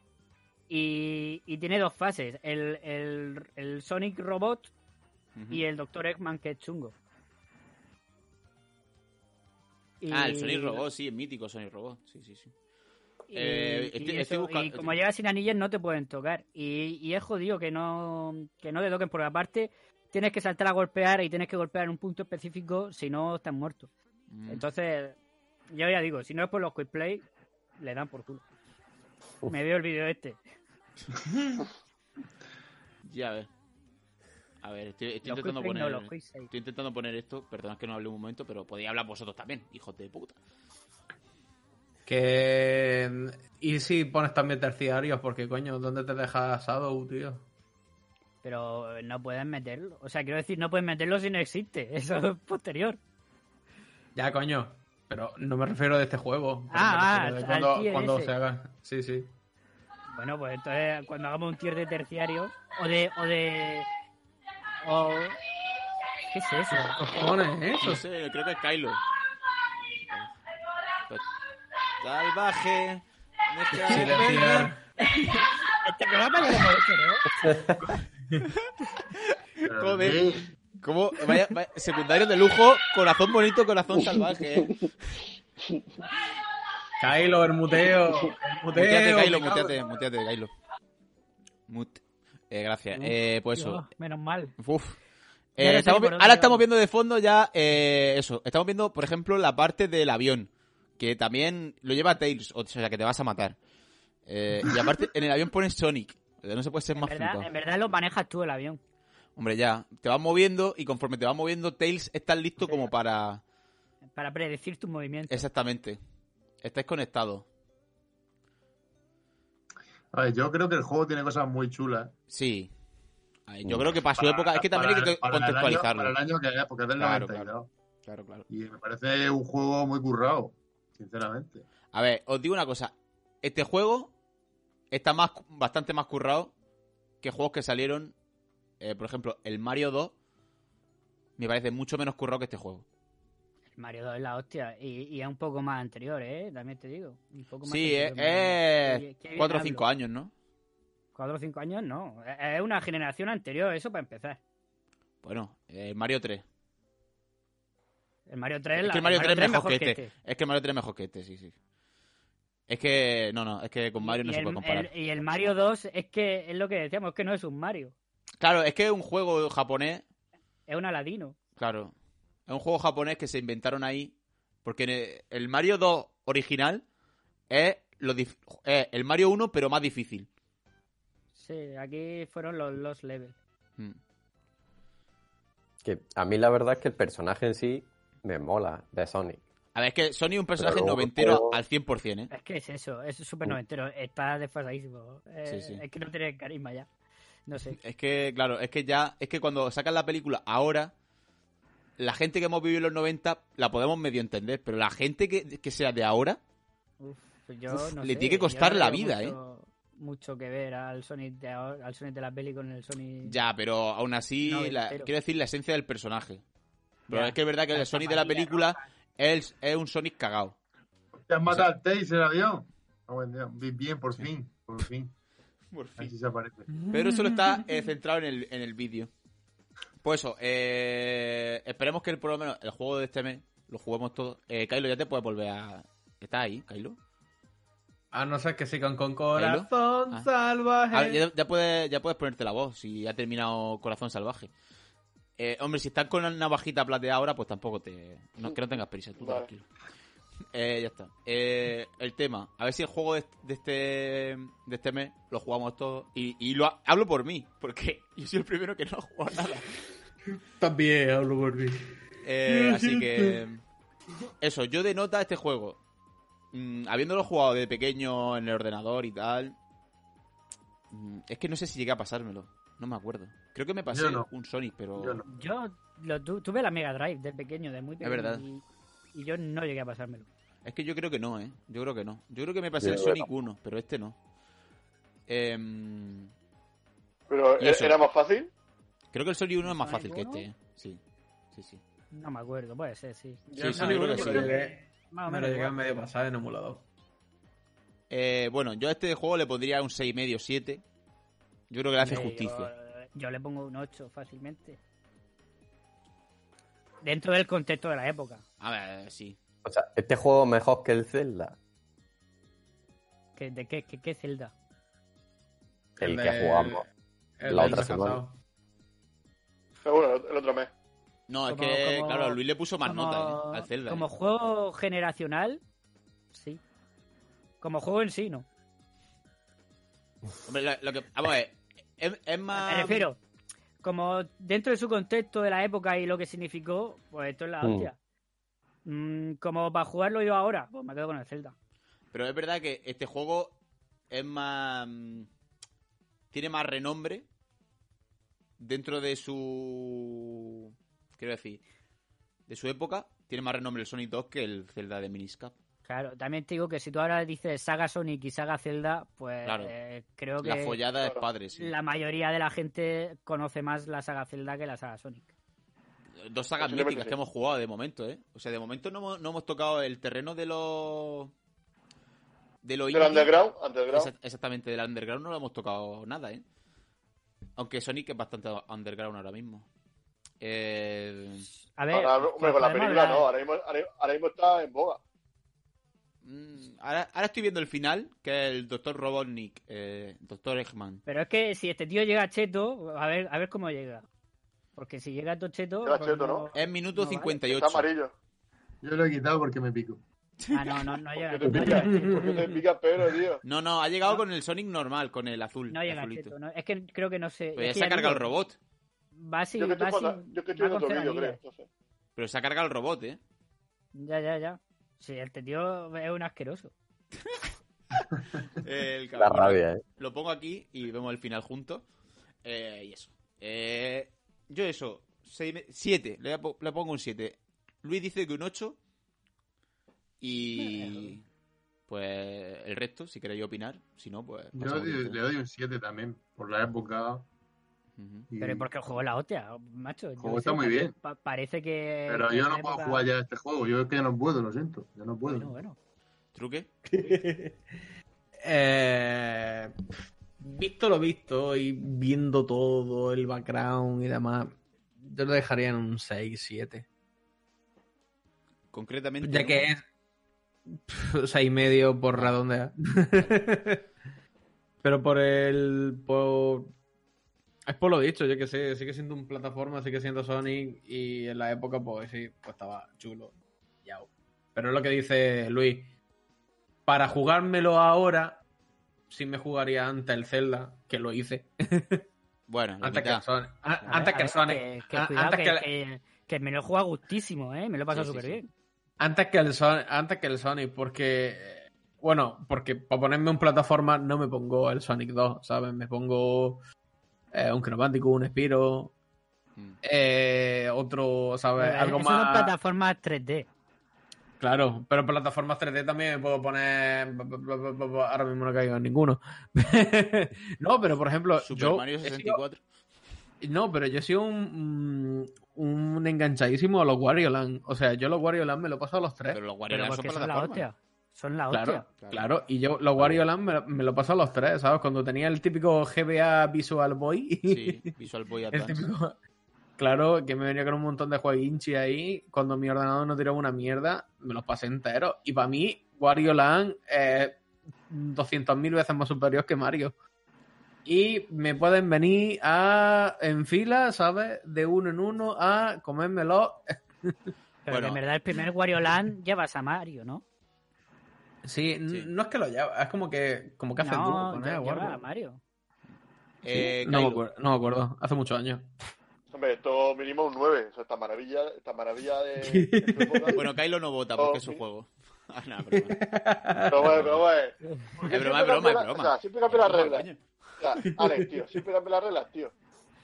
Y, y tiene dos fases, el, el- el Sonic Robot
Ujú.
y el Dr. Eggman, que es chungo. Y-
Ah, el Sonic Robot, sí, el mítico Sonic Robot. Sí, sí, sí.
Y,
Eh,
y
estoy-
eso,
estoy busca-
y como llegas sin anillas no te pueden tocar. Y, y es jodido que no, que no te toquen por aparte. Tienes que saltar a golpear y tienes que golpear en un punto específico, si no estás muerto.
Mm.
Entonces, yo ya digo, si no es por los quick play, le dan por culo. Me veo el vídeo este.
Ya ves. A ver, estoy, estoy
Los
intentando
quick
poner.
no, los quick save.
estoy intentando poner esto. Perdonad que no hable un momento, pero podéis hablar vosotros también, hijos de puta.
Que. Y si pones también terciarios, porque coño, ¿dónde te dejas Shadow, tío?
Pero no puedes meterlo. O sea, quiero decir, no puedes meterlo si no existe. Eso es posterior.
Ya, coño. Pero no me refiero de este juego. pero
Ah,
me refiero
ah,
de
al
cuando,
tier
cuando
ese.
se haga. Sí, sí.
Bueno, pues entonces cuando hagamos un tier de terciario o de. O de o... ¿Qué es eso?
Cojones, ¿eh?
No sé, creo que es Kylo. Salvaje. deja de
Silenciar.
pegar.
Este programa ya lo hemos hecho, ¿no?
Joder. Como vaya, vaya- secundario de lujo, corazón bonito, corazón salvaje. eh.
Kylo, el muteo. El muteo.
Muteate, Kylo,
me cago en-
muteate, muteate, Kylo. Mut. Eh, gracias. Eh, pues eso.
Dios, menos mal.
Uf.
Ya
Eh,
no sé
estamos
por
vi-
dónde
ahora
vamos.
estamos viendo de fondo ya eh, eso. Estamos viendo, por ejemplo, la parte del avión. Que también lo lleva Tails, o sea, que te vas a matar. Eh, y aparte, en el avión pones Sonic. Eh, No se puede ser
En
más
verdad,
flipado.
en verdad lo manejas tú el avión.
Hombre, ya. Te vas moviendo y conforme te vas moviendo, Tails estás listo como para...
Para predecir tus movimientos.
Exactamente. Estás conectado.
A ver, yo creo que el juego tiene cosas muy chulas.
Sí. Ay, Yo creo que para su época... Es que también hay
para-
que
para el año-
contextualizarlo.
Para el año que es, porque es del
Claro,
92.
Claro, claro.
Y me parece un juego muy currado, sinceramente.
A ver, os digo una cosa. Este juego está más, bastante más currado que juegos que salieron. eh, por ejemplo, el Mario 2 me parece mucho menos currado que este juego.
El Mario 2 es la hostia. Y, y es un poco más anterior, ¿eh? También te digo. Un poco más
Sí, es
anterior, Mario. Qué- qué bien
4 o
Eh, hablo.
5 años, ¿no?
4 o 5 años no. Es- Es una generación anterior, eso para empezar.
Bueno, el Mario 3.
El Mario 3
es
la-
que el Mario 3 es mejor, que, este.
este.
Es que el Mario 3 es mejor que este, sí, sí. Es que, no, no, es que con Mario no
y
se
el,
puede comparar.
el- y el Mario 2 es que es lo que decíamos, es que no es un Mario,
Claro, es que es un juego japonés
es un Aladino.
Claro. Es un juego japonés que se inventaron ahí. Porque en el- el Mario 2 original es, lo dif- es el Mario 1, pero más difícil.
Sí, aquí fueron los, los levels.
Mm.
Que a mí la verdad es que el personaje en sí me mola de Sonic.
A ver, es que Sony es un personaje
Pero-
noventero al 100%, ¿eh?
Es que es eso, es súper noventero, está desfasadísimo. Eh,
Uh. Sí, sí.
Es que no tiene carisma ya. No sé.
Es que, claro, es que ya, es que cuando sacan la película ahora, la gente que hemos vivido en los 90 la podemos medio entender, pero la gente que, que sea de ahora,
Uf, yo
Uf,
no
le
sé,
tiene que
yo
costar
no
la
veo
vida, ¿eh?
mucho, Mucho que ver al Sonic de, ahora- al Sonic de la peli con el Sonic.
ya, pero aún así, la-
Noventero.
quiero decir la esencia del personaje. Pero
Ya,
es que es verdad que
la
el Sonic de la
zapatilla
película
roja.
es, es un Sonic cagao.
¿Te han
O sea-
matado al Tails en el avión? Ah, buen día. Bien, bien, por fin. Por fin.
Por fin.
Así se aparece.
Pedro solo está eh, centrado en el, en el vídeo. Pues eso, eh, esperemos que el, por lo menos el juego de este mes lo juguemos todos. Eh, Kylo, ya te puedes volver a... ¿Estás ahí, Kylo?
A no ser que sigan con
Kylo.
corazón
Ah.
salvaje.
Ah, ya, ya puedes, ya puedes ponerte la voz, si ha terminado Corazón Salvaje. Eh, hombre, si estás con una navajita plateada ahora, pues tampoco te... No, que no tengas prisa, tú
Vale.
tranquilo. Eh, ya está. Eh, el tema, a ver si el juego de, de este de este mes lo jugamos todos. Y, y lo ha- hablo por mí, porque yo soy el primero que no ha jugado nada.
También hablo por mí.
Eh, así que. Eso, yo de nota este juego. mm, habiéndolo jugado de pequeño en el ordenador y tal. mm, es que no sé si llegué a pasármelo. No me acuerdo. Creo que me pasé
Yo no.
un Sonic, pero.
Yo no.
Yo lo tu- tuve la Mega Drive de pequeño, de muy pequeño.
verdad.
Y, y yo no llegué a pasármelo.
Es que yo creo que no, ¿eh? Yo creo que no. Yo creo que me pasé
Yo
el
creo que
Sonic 1, pero este no. Em,
Pero,
¿Y eso?
¿era más fácil?
creo que el Sonic 1 es más
¿Sonic
fácil que
1?
este, ¿eh? Sí. Sí, sí.
No me acuerdo, puede ser, sí.
Sí, sí, yo creo que sí.
Más o
Me lo
menos.
Ah, llegué a
igual.
medio pasado en emulador.
Eh, bueno, yo a este juego le pondría un 6,5, 7. Yo creo que le hace
Hombre,
justicia.
Yo, yo le pongo un 8 fácilmente. Dentro del contexto de la época.
A ver, sí.
O sea, este juego es mejor que el Zelda.
¿Qué, ¿De qué, qué, qué Zelda?
El,
de-
que jugamos.
el
La
del
otra
mes pasado.
Seguro, el otro mes.
No, es
Como-
que,
como-
claro, Luis le puso más nota ¿eh? al Zelda.
como
¿eh?
juego generacional, sí. Como juego en sí, no.
Hombre, lo, lo que, vamos a ver, es, es más...
Ah,
Me refiero como dentro de su contexto de la época y lo que significó, pues esto es la
Mm.
hostia. Mm, como para jugarlo yo ahora, pues me quedo con el Zelda.
Pero es verdad que este juego es más. mm, Tiene más renombre dentro de su. Quiero decir, de su época, tiene más renombre el Sonic 2 que el Zelda de Miniscap.
Claro, también te digo que si tú ahora dices Saga Sonic y Saga Zelda, pues
Claro.
eh, creo que
La follada es padre, sí.
la mayoría de la gente conoce más la Saga Zelda que la Saga Sonic.
Dos sagas
Posiblemente
míticas
sí.
que hemos jugado de momento, ¿eh? O sea, de momento no hemos, no hemos tocado el terreno de los. De los
Del underground, underground.
Exact- exactamente, del underground no lo hemos tocado nada, ¿eh? Aunque Sonic es bastante underground ahora mismo. Eh,
A ver,
Ahora, hombre, con la
podemos
película
hablar-
no, ahora mismo, ahora, ahora mismo está en boga.
mm, ahora, ahora estoy viendo el final, que es el Dr. Robotnik, eh, Dr. Eggman.
Pero es que si este tío llega a Cheto, a ver, a ver cómo llega. Porque si llega a Cheto.
Llega a
pues
Cheto, ¿no?
Es minuto
No, vale.
Está
58.
amarillo.
Yo lo he quitado porque me pico.
Ah, no, no, no llega.
¿Por qué te picas? ¿Por qué te picas, Pedro, tío?
No, no, ha llegado con el Sonic normal, con el azul.
No llega a
azulito.
Cheto. no. Es que creo que no sé.
Pero Pues ya
es que
se ha
ya
cargado el
digo,
robot.
Va así,
Yo que estoy,
va
con la-
así,
yo que
va
estoy en
con
otro vídeo, creo.
ceranillas.
Entonces,
Pero se ha cargado el robot, ¿eh?
Ya, ya, ya. Sí, este tío es un asqueroso.
El
La
cabrón.
rabia, ¿eh?
Lo pongo aquí y vemos el final juntos. Eh, y eso. Eh, yo eso. 7. Le, po- le pongo un 7. Luis dice que un 8. Y... Pues el resto, si queréis opinar. Si no, pues...
Yo
pasamos
le,
directo.
le doy un 7 también, por la época.
Ujú.
y-
Pero porque el juego es la hostia, macho. yo
juego
qué
está
sé,
muy
parece-
bien.
pa- parece que.
Pero
que
yo
en
no
la
puedo
época-
jugar ya este juego. Yo es que ya no puedo, lo siento. Ya no puedo.
Bueno, bueno.
¿Truque?
Eh, visto lo visto y viendo todo el background y demás, yo lo dejaría en un 6, 7.
Concretamente...
Ya que es 6 y medio por redondear. Pero por el. Por... Es por lo dicho, yo que sé, sigue siendo un plataforma, sigue siendo Sonic y en la época, pues sí, pues estaba chulo. Yao. Pero es lo que dice Luis. Para jugármelo ahora, sí me jugaría antes el Zelda, que lo hice.
Bueno, la
Antes que
mitad.
el Sonic. A-
A ver,
Antes
a
que el
ver,
Sonic.
Que, que
A-
cuidado,
antes
que,
que el-
que- que me lo he jugado gustísimo, ¿eh? Me lo he pasado
Sí, sí,
súper bien.
Antes que el Sonic, antes que el Sonic, porque eh, bueno, porque para ponerme un plataforma no me pongo el Sonic 2, ¿sabes? Me pongo eh, un cromático, un Spiro,
Mm.
eh, otro, ¿sabes?
Pero
Algo
es
más.
una plataforma 3D.
Claro, pero plataformas 3D también me puedo poner. Ahora mismo no caigo en ninguno. no, pero por ejemplo,
Super
yo ¿eh?
Mario
he sido-
64.
no, pero yo he sido un, un, un enganchadísimo a los Wario Land. O sea, yo los Wario Land me lo paso a los tres.
Pero los
Pero
guardianes son
porque son la
plataformas.
hostia. Son la Ah, hostia.
Claro,
Claro.
claro, Y yo, los Wario Land me, lo- me lo paso a los tres, ¿sabes? Cuando tenía el típico GBA Visual Boy.
Sí, Visual Boy
el
Advance.
típico. Claro, que me venía con un montón de jueguinchi ahí. Cuando mi ordenador no tiraba una mierda, me los pasé enteros. Y para mí, Wario Land es 200.000 veces más superior que Mario. Y me pueden venir a en fila, ¿sabes? De uno en uno a comérmelo.
Pero
Bueno.
que en verdad el primer Wario Land llevas a Mario, ¿no?
Sí, n-
Sí.
no es que lo lleva, es como que, como que hacen dúo
no,
con
lle-
él,
llevas
Wario.
a Mario.
Eh,
no, me
Kylo,
acuerdo, no me acuerdo, hace muchos años.
Hombre, esto mínimo un 9. O sea, esta maravilla, esta maravilla de. de su época.
Bueno, Kylo no vota porque es su
Oh.
juego. Ah, no, broma.
Pero bueno, pero bueno. Porque
Es broma, es broma,
siempre cambia
es
la-
broma.
O sea, siempre cambia las
Es broma,
reglas.
coño.
O sea, Alex, tío, siempre cambia las reglas, tío.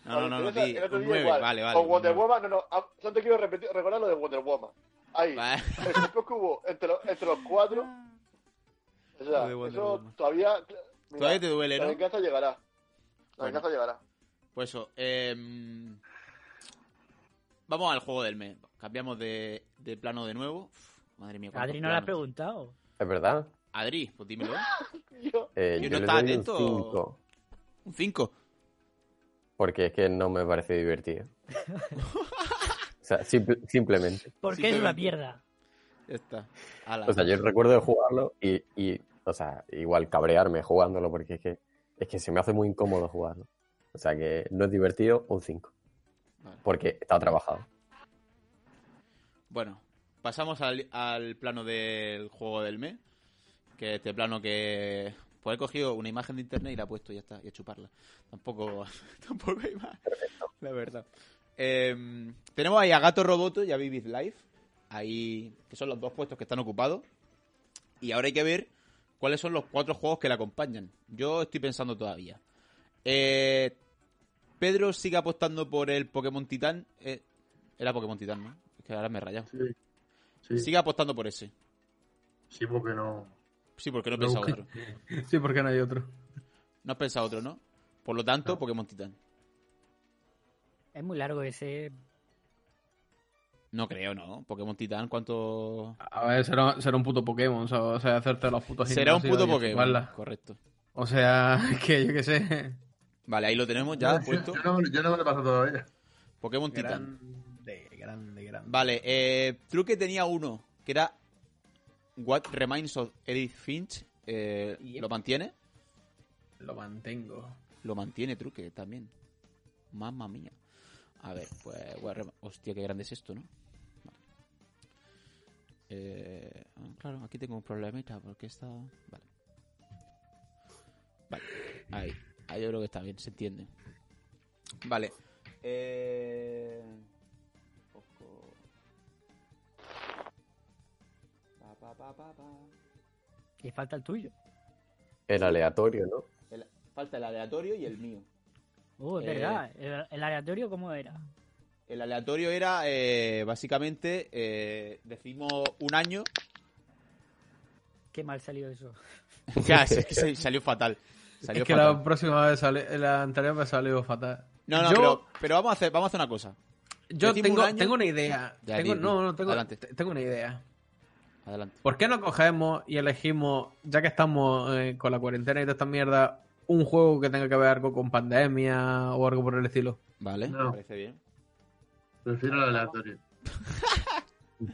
No, no, no, no,
Entonces,
di
el otro
un
día
9,
igual.
vale, vale.
Con
un
Wonder
nueve.
Woman, no, no. ah, Solo te quiero repetir, recordar lo de Wonder Woman. Ahí.
Vale.
El ejemplo que hubo entre, los- entre los cuatro. O sea,
Lo de Wonder
eso
Woman.
todavía. mira,
Todavía te duele,
La
¿no?
venganza llegará. La
Bueno.
venganza llegará.
Pues eso, em, vamos al juego del mes. Cambiamos de, de plano de nuevo. Uf, madre mía, cuántos
Adri no le has
planos.
preguntado.
Es verdad.
Adri, pues dímelo.
Tío,
Eh,
Yo
yo
no
le
estaba
doy un
atento.
5.
Un 5.
Porque es que no me parece divertido. o sea, simple- simplemente.
Porque
Sí,
es una
pero-
mierda.
Ya está. Ala.
O sea, yo recuerdo de jugarlo y, y, o sea, igual cabrearme jugándolo porque es que, es que se me hace muy incómodo jugarlo. O sea, que no es divertido un 5.
Vale.
Porque está trabajado.
Bueno, pasamos al, al plano del juego del mes. Que este plano que Pues he cogido una imagen de internet y la he puesto y ya está, y a chuparla. Tampoco, tampoco hay más. La verdad. Eh, tenemos ahí a Gato Roboto y a Vivid Life. Ahí, que son los dos puestos que están ocupados. Y ahora hay que ver cuáles son los cuatro juegos que la acompañan. Yo estoy pensando todavía. Eh, Pedro sigue apostando por el Pokémon Titán. Eh, era Pokémon Titán, ¿no? Es que ahora me he rayado.
Sí. Sí.
Sigue apostando por ese.
Sí, porque no.
Sí, porque no he
No,
pensado
que-
otro.
Sí, porque no hay otro.
No has pensado otro, ¿no? Por lo tanto, Pokémon Titán.
Es muy largo ese.
No creo, ¿no? Pokémon Titán, ¿cuánto...?
A ver, será, será un puto Pokémon, o sea, o sea, hacerte los putos
Será un
gimnasios
puto
y
Pokémon.
chuparla.
Correcto.
O sea, que yo qué sé.
Vale, ahí lo tenemos ya pues
yo,
puesto.
yo no, yo no me lo he pasado todavía.
Pokémon Titán.
Grande, grande, grande.
Vale, eh, Truque tenía uno, que era What Remains of Edith Finch. Eh,
Yep.
¿Lo mantiene?
Lo mantengo.
Lo mantiene Truque también. Mamma mía. A ver, pues... What Rem- Hostia, qué grande es esto, ¿no? Vale. Eh, ah, claro, aquí tengo un problemita porque está... Vale. Vale, ahí. Ahí yo creo que está bien, se entiende. Vale. Eh... poco. Pa, pa, pa, pa, pa.
Y falta el tuyo.
El aleatorio, ¿no?
El- falta el aleatorio y el mío.
Oh, es
Eh.
verdad. El, el aleatorio, ¿cómo era?
El aleatorio era, eh, básicamente, eh, decimos un año.
Qué mal salió eso.
Ya, es que se- salió fatal. Salió
es que
fatal.
la próxima vez sale, la anterior me salió fatal.
No, no,
yo,
pero, pero vamos, a hacer, vamos a hacer una cosa.
yo
decimos
tengo,
un año.
tengo una idea.
Ya,
Tengo-
di, di.
no, no, tengo,
Adelante.
te- tengo una idea.
Adelante.
¿Por qué no cogemos y elegimos, ya que estamos eh, con la cuarentena y toda esta mierda, un juego que tenga que ver algo con pandemia o algo por el estilo?
Vale,
No.
me parece bien.
Prefiero el aleatorio.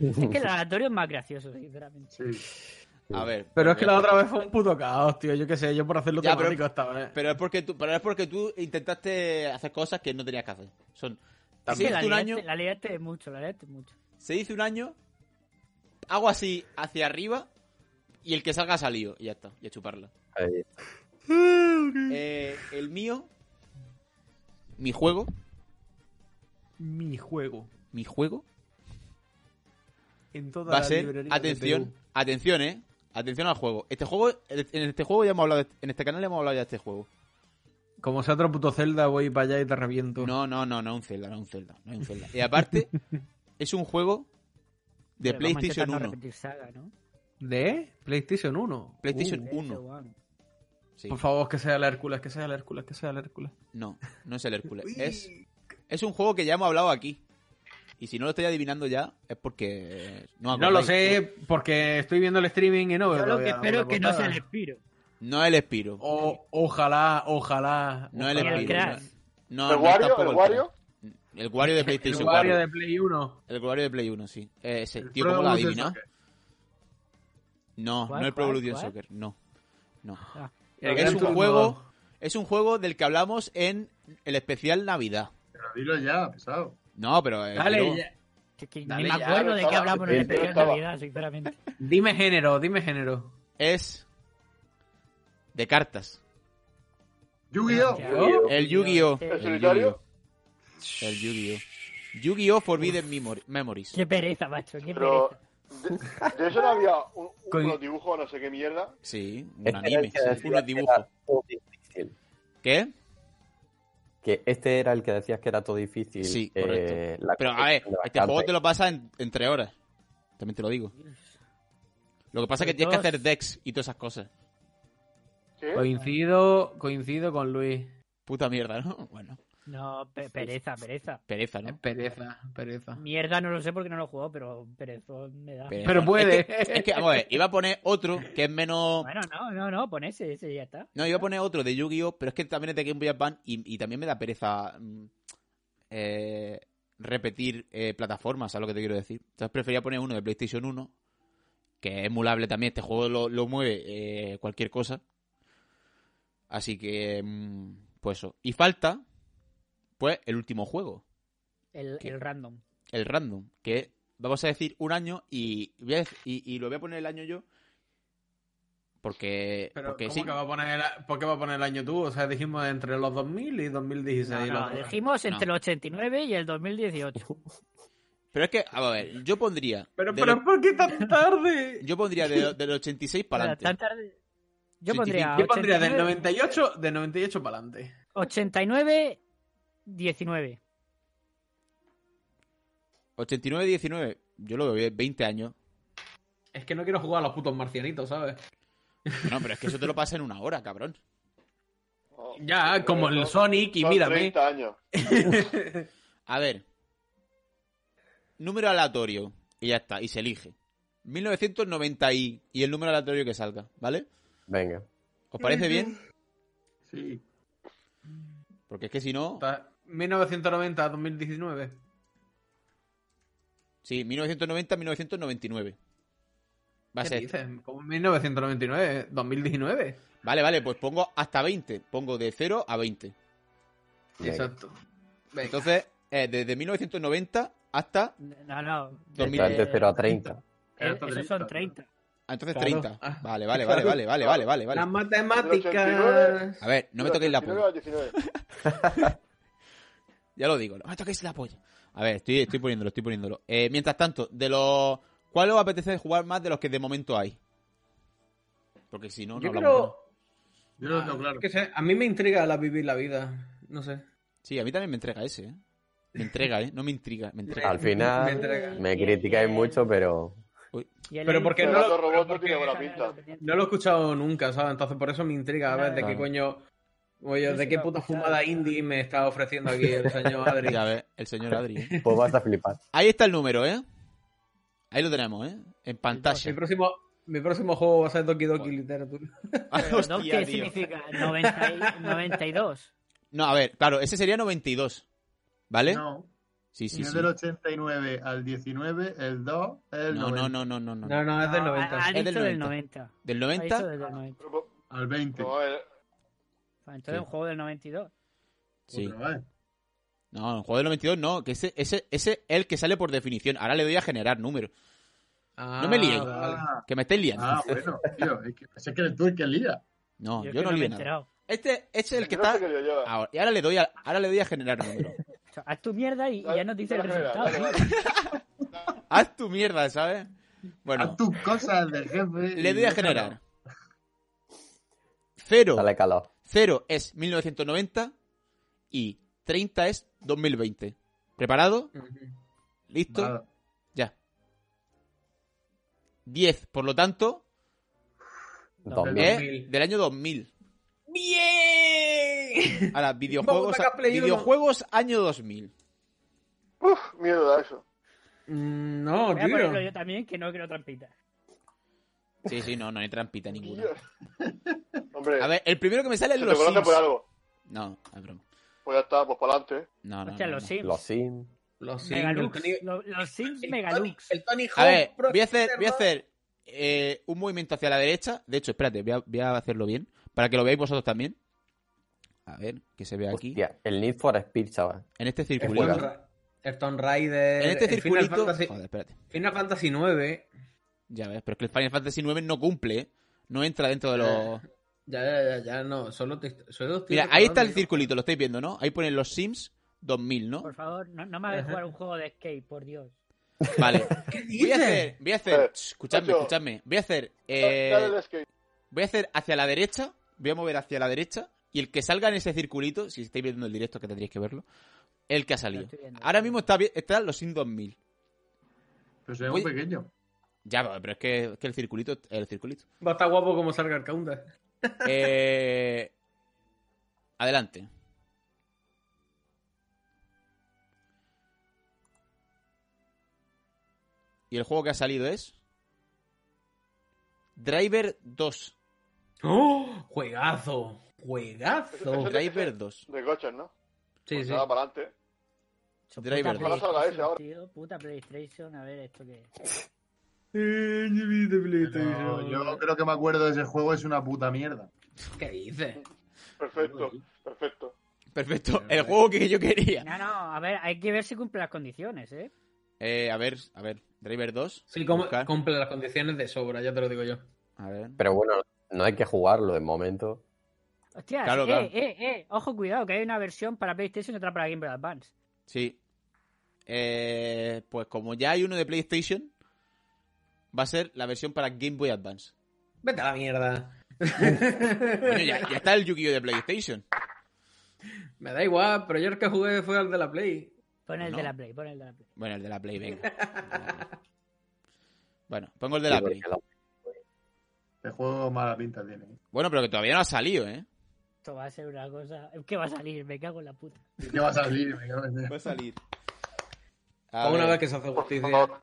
Es que el aleatorio es más gracioso, sinceramente.
Sí.
A ver.
Pero es que la
voy a-
otra vez fue un puto caos, tío. Yo qué sé, yo por hacerlo
Ya, pero-
temático esta vez.
Pero es porque tú, pero es porque tú intentaste hacer cosas que no tenías que hacer. Son
Es que
se
la
dice un año,
liaste, la liaste mucho, la liaste mucho.
se dice un año, hago así hacia arriba y el que salga ha salido y ya está, y a chuparla.
Ahí.
Eh, el mío, mi juego,
Mi juego.
mi juego
En toda
va a
la
ser
librería
atención,
de
atención, eh, atención al juego. Este juego, en este juego ya hemos hablado, de- en este canal ya hemos hablado ya de este juego.
TU. Como sea otro puto Zelda, voy para allá y te reviento.
No, no, no, no es un Zelda, no es un Zelda, no es un Zelda. Y aparte es un juego de
Pero vamos a
PlayStation
intentar no
1.
repetir saga, ¿no?
¿De? PlayStation 1.
PlayStation
Uh,
Uno.
One.
Sí.
Por favor, que sea el Hércules, que sea el Hércules, que sea el Hércules.
No, no es el Hércules. Es, es un juego que ya hemos hablado aquí. Y si no lo estoy adivinando ya, es porque. No,
No
acordáis.
lo sé porque estoy viendo el streaming y no veo.
Yo lo que
todavía la
espero
Pues
es
puta
que no sea
portada.
el Spiro.
No el Espiro.
O- ojalá, ojalá.
No el
ojalá.
Ni el
Spiro.
Crash.
No,
¿El
no
Wario?
tampoco
¿El Wario?
Crash. El Wario de
El
PlayStation
Wario
4.
de Play 1.
El Wario de Play 1, sí. Eh, ese.
El
Tío,
Pro
¿cómo lo has
Evolution
adivinado?
Soccer.
No,
¿Cuál,
no el Pro
cuál,
Evolution
cuál?
Soccer. No. No.
Ah,
El
Es
Gran
un
Turismo
juego. Es un juego del que hablamos en el especial Navidad.
Pero dilo ya, pesado.
No, pero. eh,
2. Dale,
pero-
ya.
es que
Dale
ni me
ya,
acuerdo de qué
estaba-
hablamos en el
sí,
especial
estaba.
Navidad, sinceramente.
dime género, dime género.
Es. De cartas.
Yu-Gi-Oh!
Hostia.
El Yu-Gi-Oh!
¿El
El
solitario?
Yu-Gi-Oh! El Yu-Gi-Oh! Yu-Gi-Oh! Forbidden Memori- Memories.
Qué pereza, macho, qué
Pero.
pereza.
De, de eso no había un, un-
Con-
unos dibujos, no sé qué mierda.
Sí, un
Este era
anime,
el que
sí,
decías
unos
que
dibujos.
era todo difícil.
¿Qué?
Que este era el que decías que era todo difícil.
Sí,
eh,
correcto.
la
Pero a ver,
colección de
este juego
vacantes.
te lo pasas en, en tres horas. También te lo digo. Lo que pasa es que tienes que hacer decks y todas esas cosas.
¿Qué?
Coincido, coincido con Luis.
Puta mierda, ¿no? Bueno,
No, pe- pereza, pereza.
pereza, ¿no?
Pereza, pereza.
Mierda, no lo sé porque no lo he jugado, pero perezón me da.
Pereza.
Pero puede.
Es que, es que, vamos a ver, iba a poner otro que es menos.
Bueno, no, no, no, pon ese, ese ya está.
No, iba a poner otro de Yu-Gi-Oh! Pero es que también es de Game Boy Advance y, y también me da pereza mm, eh, repetir eh, plataformas, ¿sabes lo que te quiero decir? Entonces prefería poner uno de PlayStation 1, que es emulable también, este juego lo, lo mueve eh, cualquier cosa. Así que, mm, pues eso. Y falta, pues, el último juego,
El,
¿Qué?
el random.
el random, que vamos a decir un año y, voy a dec- y, y lo voy a poner el año yo Porque,
Pero,
porque
¿cómo
sí.
que va a poner el, ¿por qué va a poner el año tú? O sea, dijimos entre los 2000 y 2016.
No,
los-
dijimos entre
No.
el 89 y el 2018.
Pero es que, a ver, yo pondría.
Pero,
de
pero
lo-
¿por qué tan tarde?
yo pondría de- del 86 para
Pero tan
adelante.
tarde- Yo
85.
pondría,
Yo pondría del
89,
98, del 98 para adelante.
89, 19.
89-19, yo lo veo 20 años.
Es que no quiero jugar a los putos marcianitos, ¿sabes?
No, pero es que eso te lo pasa en una hora, cabrón.
Oh,
Ya,
pero
como el
son-
Sonic y ¿eh?
son
mírame.
30 años.
A ver. Número aleatorio. Y ya está, y se elige. 1990 y, y el número aleatorio que salga, ¿vale?
Venga.
¿Os parece bien?
Sí.
Porque es que si no...
Está- 1990 a 2019.
Sí, 1990-1999. Va a
¿Qué
ser.
dices? Como 1999, 2019.
Vale, vale, pues pongo hasta 20. Pongo de 0 a 20.
Venga. Este
Exacto. Venga.
Entonces, eh, desde 1990 hasta...
No, no.
Mira,
Está de 0 a 30.
eh,
Hasta
esos
30.
son 30.
ah, Entonces
Claro.
30. Vale, vale, vale, vale, vale, vale, vale,
Las
vale.
matemáticas.
89.
A ver, no me toquéis la polla.
19 19.
Ya lo digo, no me toquéis la polla. A ver, estoy, estoy poniéndolo, estoy poniéndolo. Eh, mientras tanto, de los. ¿Cuál os apetece jugar más de los que de momento hay? Porque si no, no
Yo
hablamos.
creo.
Yo lo tengo claro.
Ah, que sé, a mí me intriga la vivir la vida. No sé.
Sí, a mí también me entrega ese, ¿eh? Me entrega, ¿eh? No me intriga, me entrega.
Al final-
Me entrega.
Me criticáis mucho, pero.
Y el
Pero porque
Pero
no
los
lo-
robots no
porque-
tienen buena pinta.
No lo he escuchado nunca, ¿sabes? Entonces por eso me intriga a ver de qué
Claro.
coño. Oye,
Yo
de
sí
qué
lo he
puta
escuchado.
fumada indie me está ofreciendo aquí el señor Adri.
Ya ves, el señor Adri. ¿eh?
Pues vas a flipar.
Ahí está el número, ¿eh? Ahí lo tenemos, ¿eh? En pantalla.
Pues Mi próximo, mi próximo juego va a ser Doki Doki Literature.
Ah,
Pero, ¿no?
hostia,
¿Qué
tío.
significa? 90 y- 92.
No, a ver, claro, ese sería 92. ¿Vale?
No.
sí, ¿eh? sí,
no es
sí.
del 89 al 19, el 2 es el
No,
90,
no, no, no, no, no.
No, no, es del 90.
Ah, Ha, ha
Es del
dicho del
90.
90.
Del
Ha dicho
90,
del 90.
al 20.
pues, No, el-
Ah,
Sí.
Entonces, un juego del 92.
sí.
Otra vez.
No, el juego del 92 no, que ese, ese, ese es el que sale por definición. Ahora le doy a generar números.
Ah,
No me liéis.
vale.
Ah,
Que me estáis liando.
ah, bueno, tío. Es que, es que eres tú el que lía.
no, yo,
es que
no
me he
lío nada.
enterado.
Este, este es el que
no sé
está.
qué lío lleva.
Ah.
Ahora, y ahora le doy a, ahora le doy a generar números.
O sea, haz tu mierda y, y ya nos dice el
Dale, dale,
resultado. ¿eh?
dale,
¿no?
dale.
Haz tu mierda, ¿sabes? Bueno,
Haz tus cosas de jefe.
le
y
doy a
déjalo.
generar. Cero,
Dale calor.
cero es 1990 y 30 es 2020. ¿Preparado?
Ujú.
¿Listo?
Nada.
Ya. 10, por lo tanto,
Dos
El
mil.
es
2000.
del año 2000.
¡Bien!
Ahora, videojuegos,
Vamos a Play uno.
videojuegos año 2000.
Uf, mierda eso.
Mm, No,
Voy a ponerlo
tío.
yo también, que no quiero trampita.
Sí, sí, no, no hay trampita ninguna.
Dios. Hombre,
A ver, el primero que me sale es
se te
los
conoce
Sims.
por algo.
No, es broma.
Pues ya está, pues para adelante.
No, no,
Hostia,
no,
los
no.
Sims.
Los Sims.
Los Sims, el
Megalux.
Tony-
Los, los Sims
el Tony-
Megalux.
el Tony
A ver,
Hawk Pro
voy a hacer, voy a
Skater
hacer eh, un movimiento hacia la derecha. De hecho, espérate, voy a, voy a hacerlo bien. Para que lo veáis vosotros también. A ver, que se vea aquí.
Hostia, el Need for Speed, chaval.
En este
2. El
circulito.
Tomb Ra- El Tomb Raider.
En este
el Final
circulito.
Fantasy-
Joder, espérate.
Final Fantasy 9.
Ya ves, pero es que el Final Fantasy IX no cumple, ¿eh? No entra dentro de
Eh,
los.
Ya, ya, ya, ya, no. Solo te, solo estoy
Mira, ahí está el
recordando,
circulito, lo estáis viendo, ¿no? Ahí ponen los Sims 2000, ¿no?
Por favor, no, no me hagas
Ajá.
jugar un juego de skate, por Dios.
Vale.
¿Qué
Voy a hacer,
dices?
voy a hacer,
Eh,
Shh, escuchadme,
macho.
escuchadme. Voy a hacer,
Dale
eh,
el skate.
voy a hacer hacia la derecha, voy a mover hacia la derecha y el que salga en ese circulito, si estáis viendo el directo que tendríais que verlo, el que ha
Lo
salido.
estoy viendo.
Ahora mismo está, bien- está los Sims 2000.
Pero se ve
Oye.
muy pues pequeño.
Ya, pero es que, es que el circulito, el circulito.
Va a estar guapo como salga el counter.
Eh, adelante. Y el juego que ha salido es Driver 2.
¡Oh! ¡Juegazo! ¡Juegazo!
Driver 2.
De coches, ¿no?
Sí,
Pues
sí.
nada, para adelante.
Su
Driver
puta
dos. Ojalá salga ese ahora.
tío, puta PlayStation, a ver esto que es.
Pero yo creo que me acuerdo de ese juego, es una puta mierda.
¿Qué dices?
Perfecto, perfecto.
Perfecto, el juego que yo quería.
No, no, a ver, hay que ver si cumple las condiciones, ¿eh?
Eh, a ver, a ver, Driver 2.
Sí, com-
Buscar.
cumple las condiciones de sobra, ya te lo digo yo.
A ver.
Pero bueno, no hay que jugarlo de momento.
Hostia,
Claro,
eh,
claro.
eh, eh, ojo, cuidado, que hay una versión para PlayStation y otra para Game Boy Advance.
Sí. Eh, pues como ya hay uno de PlayStation, va a ser la versión para Game Boy Advance.
Vete a la mierda.
Coño, ya, ya está el Yu-Gi-Oh de PlayStation.
Me da igual, pero yo el que jugué fue al de la Play.
Pon el
No.
de la Play, pon el de la Play.
Bueno, el de la Play, venga. Bueno, pongo el de la
Sí,
Play.
porque la-
Este juego mala pinta tiene. ¿eh?
Bueno, pero que todavía no ha salido, ¿eh?
Esto va a ser una cosa. ¿Qué va a salir? Me cago en la puta.
¿Y ¿Qué va a salir? Me cago en Dios.
Va a salir.
O una vez que se hace
Por
justicia.
favor.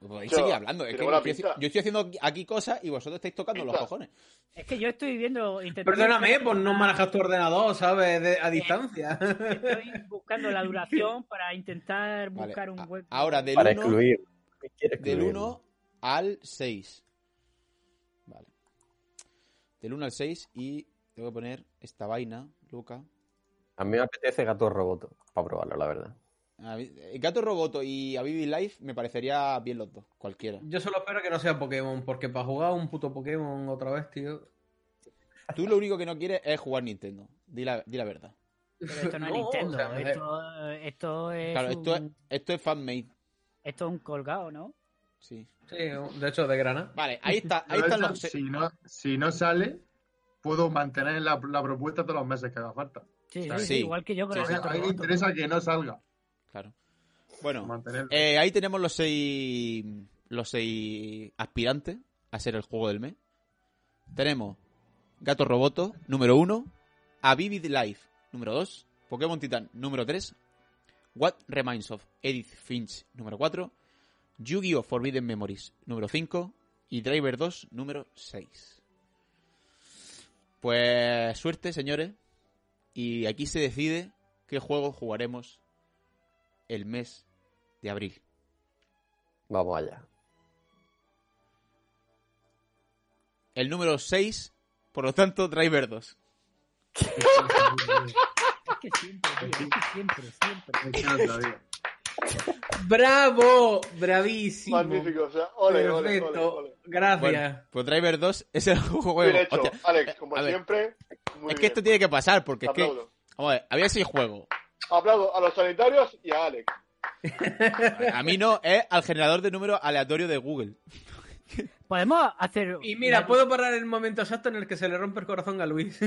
Podéis
Yo-
seguir pues, hablando. Es
tiene
que yo
buena
estoy,
pinta.
haci- yo estoy haciendo aquí- aquí cosas y vosotros estáis tocando los
Pinta.
cojones.
Es que yo estoy viendo. Intentando,
Perdóname por no manejar tu ordenador, ¿sabes? De-
Eh.
a distancia.
Estoy buscando la duración para intentar
Vale,
buscar un
a-
hueco.
Ahora, del
Para
1
excluir. Quiere
del
excluirlo.
1 al 6. Vale. Del 1 al 6 y tengo que poner esta vaina, Luca.
A mí me apetece gato roboto para probarlo, la verdad.
A mí- eh, Gato Roboto y A Baby Life me parecería bien los dos, cualquiera.
Yo solo espero que no sea Pokémon, porque para jugar un puto Pokémon otra vez, tío.
Tú lo único que no quieres es jugar Nintendo. Di la, di la verdad.
Pero esto no es
o
Nintendo.
sea,
esto, esto es.
Claro,
un,
esto es, esto es fanmade.
esto es un colgado, ¿no?
Sí.
Sí, de hecho, de grana.
Vale, ahí está, ahí
Pero
están
eso,
los. se-
si, no, si no sale, puedo mantener la, la propuesta todos los meses que haga falta.
Sí, sí,
Sí.
sí, igual que yo con
Sí,
O
el
sí,
sea,
gato
a mí me
roboto.
interesa que no salga.
Claro. Bueno,
Mantener.
eh, ahí tenemos los seis. Los seis aspirantes a ser el juego del mes. Tenemos Gato Roboto, número uno. A Vivid Life, número dos. Pokémon Titan, número tres. What Reminds of Edith Finch, número 4. Yu-Gi-Oh! Forbidden Memories, número 5. Y Driver 2, número 6. Pues suerte, señores. Y aquí se decide qué juego jugaremos el mes de abril.
Vamos allá.
El número 6, por lo tanto, Driver 2.
Es que siempre, tío, es que siempre, siempre.
Me quedo todavía.
¡Bravo! ¡Bravísimo!
Magnífico, o sea, ole, ole, ole,
Perfecto.
ole.
Gracias.
Bueno, pues Driver 2 es el juego.
Bien hecho,
Hostia, eh,
Alex,
a
como
ver,
siempre. Muy
es que
bien.
esto tiene que pasar, porque es que.
Aplaudo.
Vamos a ver, había 6 juegos.
Aplaudo a los sanitarios y a Alex.
A mí no, es al generador de números aleatorio de Google.
Podemos hacer.
Y mira,
una-
puedo parar el momento exacto en el que se le rompe el corazón a Luis.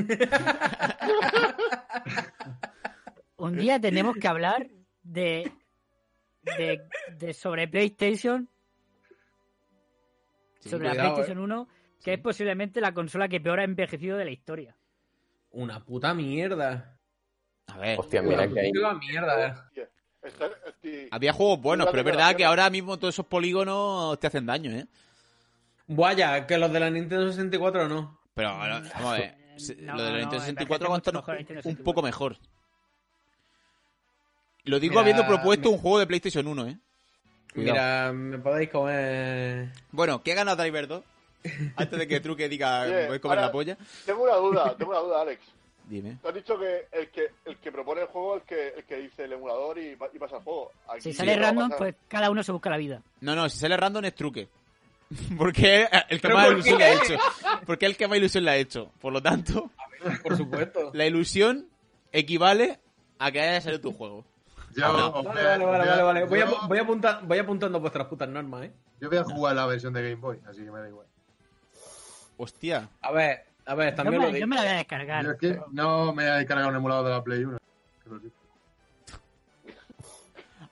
Un
Eh,
día tenemos que hablar de. de, de sobre PlayStation. sobre la
cuidado, eh.
PlayStation 1, que es posiblemente la consola que peor ha envejecido de la historia.
Una puta mierda.
A ver,
Hostia,
Una
mira que hay.
puta mierda.
Está- este-
había juegos buenos,
Una
pero es verdad que
generación.
ahora mismo todos esos polígonos te hacen daño, ¿eh?
Vaya, que los de la Nintendo 64 no.
Pero ahora, vamos a ver, se-
Mm. No,
lo de
no,
la Nintendo
no,
64
envejece
aguanta
mucho mejor la
un,
Nintendo
un
64.
poco mejor. Lo digo
Mira,
habiendo propuesto
mira.
un juego de PlayStation 1, ¿eh? Cuidado.
Mira, me podéis comer.
Bueno, ¿qué ha ganado Driver 2? Antes de que Truque diga,
Oye,
voy a comer
ahora-
la polla.
Tengo una duda, tengo una duda, Alex.
Dime.
Tú has dicho que el que, el que propone el juego es el que, el que dice el emulador y, pa- y pasa el juego. Aquí
Si
no
sale
va a
random,
pasar.
pues cada uno se busca la vida.
No, no, si sale random es Truque. Porque es el que
¿Pero
más
por
ilusión
qué?
le ha hecho. Porque es el que más ilusión le ha hecho. Por lo tanto,
Por supuesto.
la ilusión equivale a que haya salido tu juego.
Yo os voy
Vale,
a-
vale, vale,
os
vale, vale. Voy,
yo-
apu- voy apunta- voy apuntando vuestras putas normas, eh.
Yo voy a jugar la versión de Game Boy, así que me da igual.
Hostia.
A ver, a ver,
Yo
también lo
me,
digo.
yo me la voy a
Yo
descargar.
es que no me he descargado un emulador de la Play 1. Pero sí.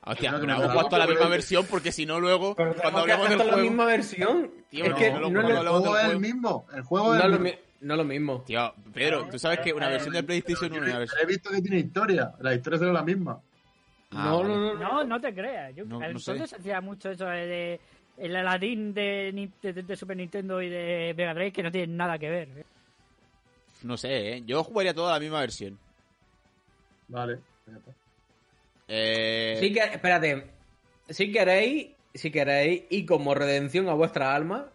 Hostia,
Creo que
no
me
hemos
la-
puesto a la
pero-
misma versión porque si no luego,
Pero
cuando
tenemos que
hablemos del
hacer la
juego...
misma versión.
Tío,
es
no,
que
no,
no,
no,
es
el
lo-
hablamos
juego
del
es el
juego.
mismo. El juego
no
es
es
el
lo
mismo.
mi- no es lo mismo.
Tío, Pedro, tú sabes que una versión de PlayStation 1 es una
Pero He
versión...
visto que tiene historia. La historia será la misma.
Ah,
no,
vale.
no, no, no.
No, no te creas. Yo,
No, no sé.
entonces hacía mucho eso de, de- el Aladdin de, Ni- de- de- de Super Nintendo y de Mega Drive que no tienen nada que ver. ¿eh?
No sé, ¿eh? Yo jugaría toda la misma versión.
Vale. ya está.
Eh...
Sí que, espérate. Si queréis, si queréis, y como redención a vuestra alma,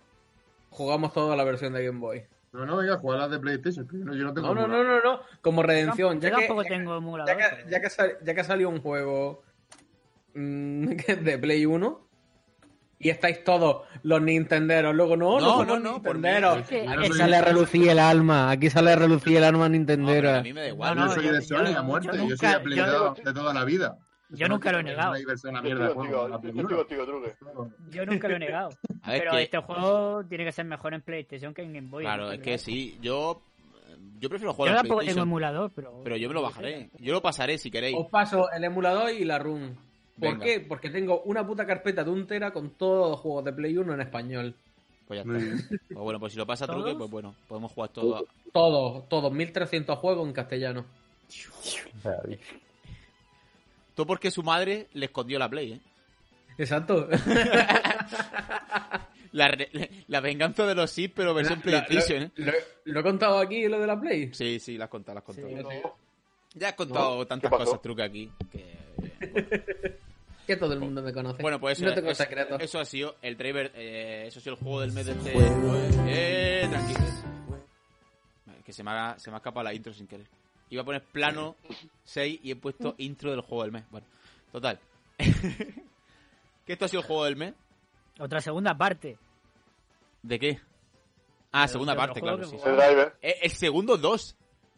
jugamos toda la versión de Game Boy.
No, no, venga, jugar las de PlayStation. que yo no, yo no tengo.
No, no, no,
emulador.
no, no. Como
Yo tam-
redención.
Yo
Ya que,
tampoco
ya que-
tengo
ya
emulador.
que,
pero-
ya que sal- ya que salió un juego mm, que es de Play 1 y y estáis todos los nintenderos. Luego, no,
No,
no,
no,
no,
no, por mí.
nintenderos.
Es que-
Claro,
Aquí
es
soy-
sale a relucir el alma. Aquí sale a relucir el alma
No, pero
Nintendera.
a mí me da igual.
yo
No,
soy
yo-
de
yo
Sony a
no-
muerte.
yo
Yo,
nunca-
soy de Play
yo
no-
dos de toda la vida.
Yo nunca lo he negado.
Es una diversión, una
Yo
mierda de
estoy
juego.
contigo,
la
yo
Play
estoy
uno.
contigo, Truque.
Yo nunca lo he negado.
A ver,
Pero
que-
este juego tiene que ser mejor en PlayStation que en Game Boy.
Claro,
¿no?
es que sí. Yo, yo prefiero jugar
Yo
en
tampoco tengo
PlayStation,
emulador, pero.
pero yo me lo bajaré. Yo lo pasaré si queréis.
Os paso el emulador y la run. ¿Por
Venga.
qué? Porque tengo una puta carpeta de un tera con todos los juegos de Play 1 en español.
Pues ya
Muy
está.
bien.
Pues bueno, pues si lo pasa
¿Todos?
Truque, pues bueno, podemos jugar
Oh.
todo.
Todos, todos, 1300 juegos en castellano.
Todo porque su madre le escondió la Play, ¿eh?
Exacto.
La, re- la venganza de los Sith, pero versión PlayStation, ¿eh?
Lo, lo he contado aquí lo de la Play.
Sí, sí, la has contado, la has contado.
Sí.
Ya has contado tantas
¿Qué pasó?
cosas, Truque, aquí. que-
Que todo el mundo me conoce.
Bueno, pues eso,
no tengo
eso,
secretos.
eso ha sido el driver, eh, eso ha sido el juego del mes de este... Eh, tranquilo. Vale, Que se me, ha, se me ha escapado la intro sin querer. Iba a poner plano 6 y he puesto intro del juego del mes. Bueno, total. que esto ha sido el juego del mes.
Otra segunda parte.
¿De qué? Ah, segunda
de los
parte,
juegos
claro.
que
sí, sí.
El driver.
Eh, el segundo 2.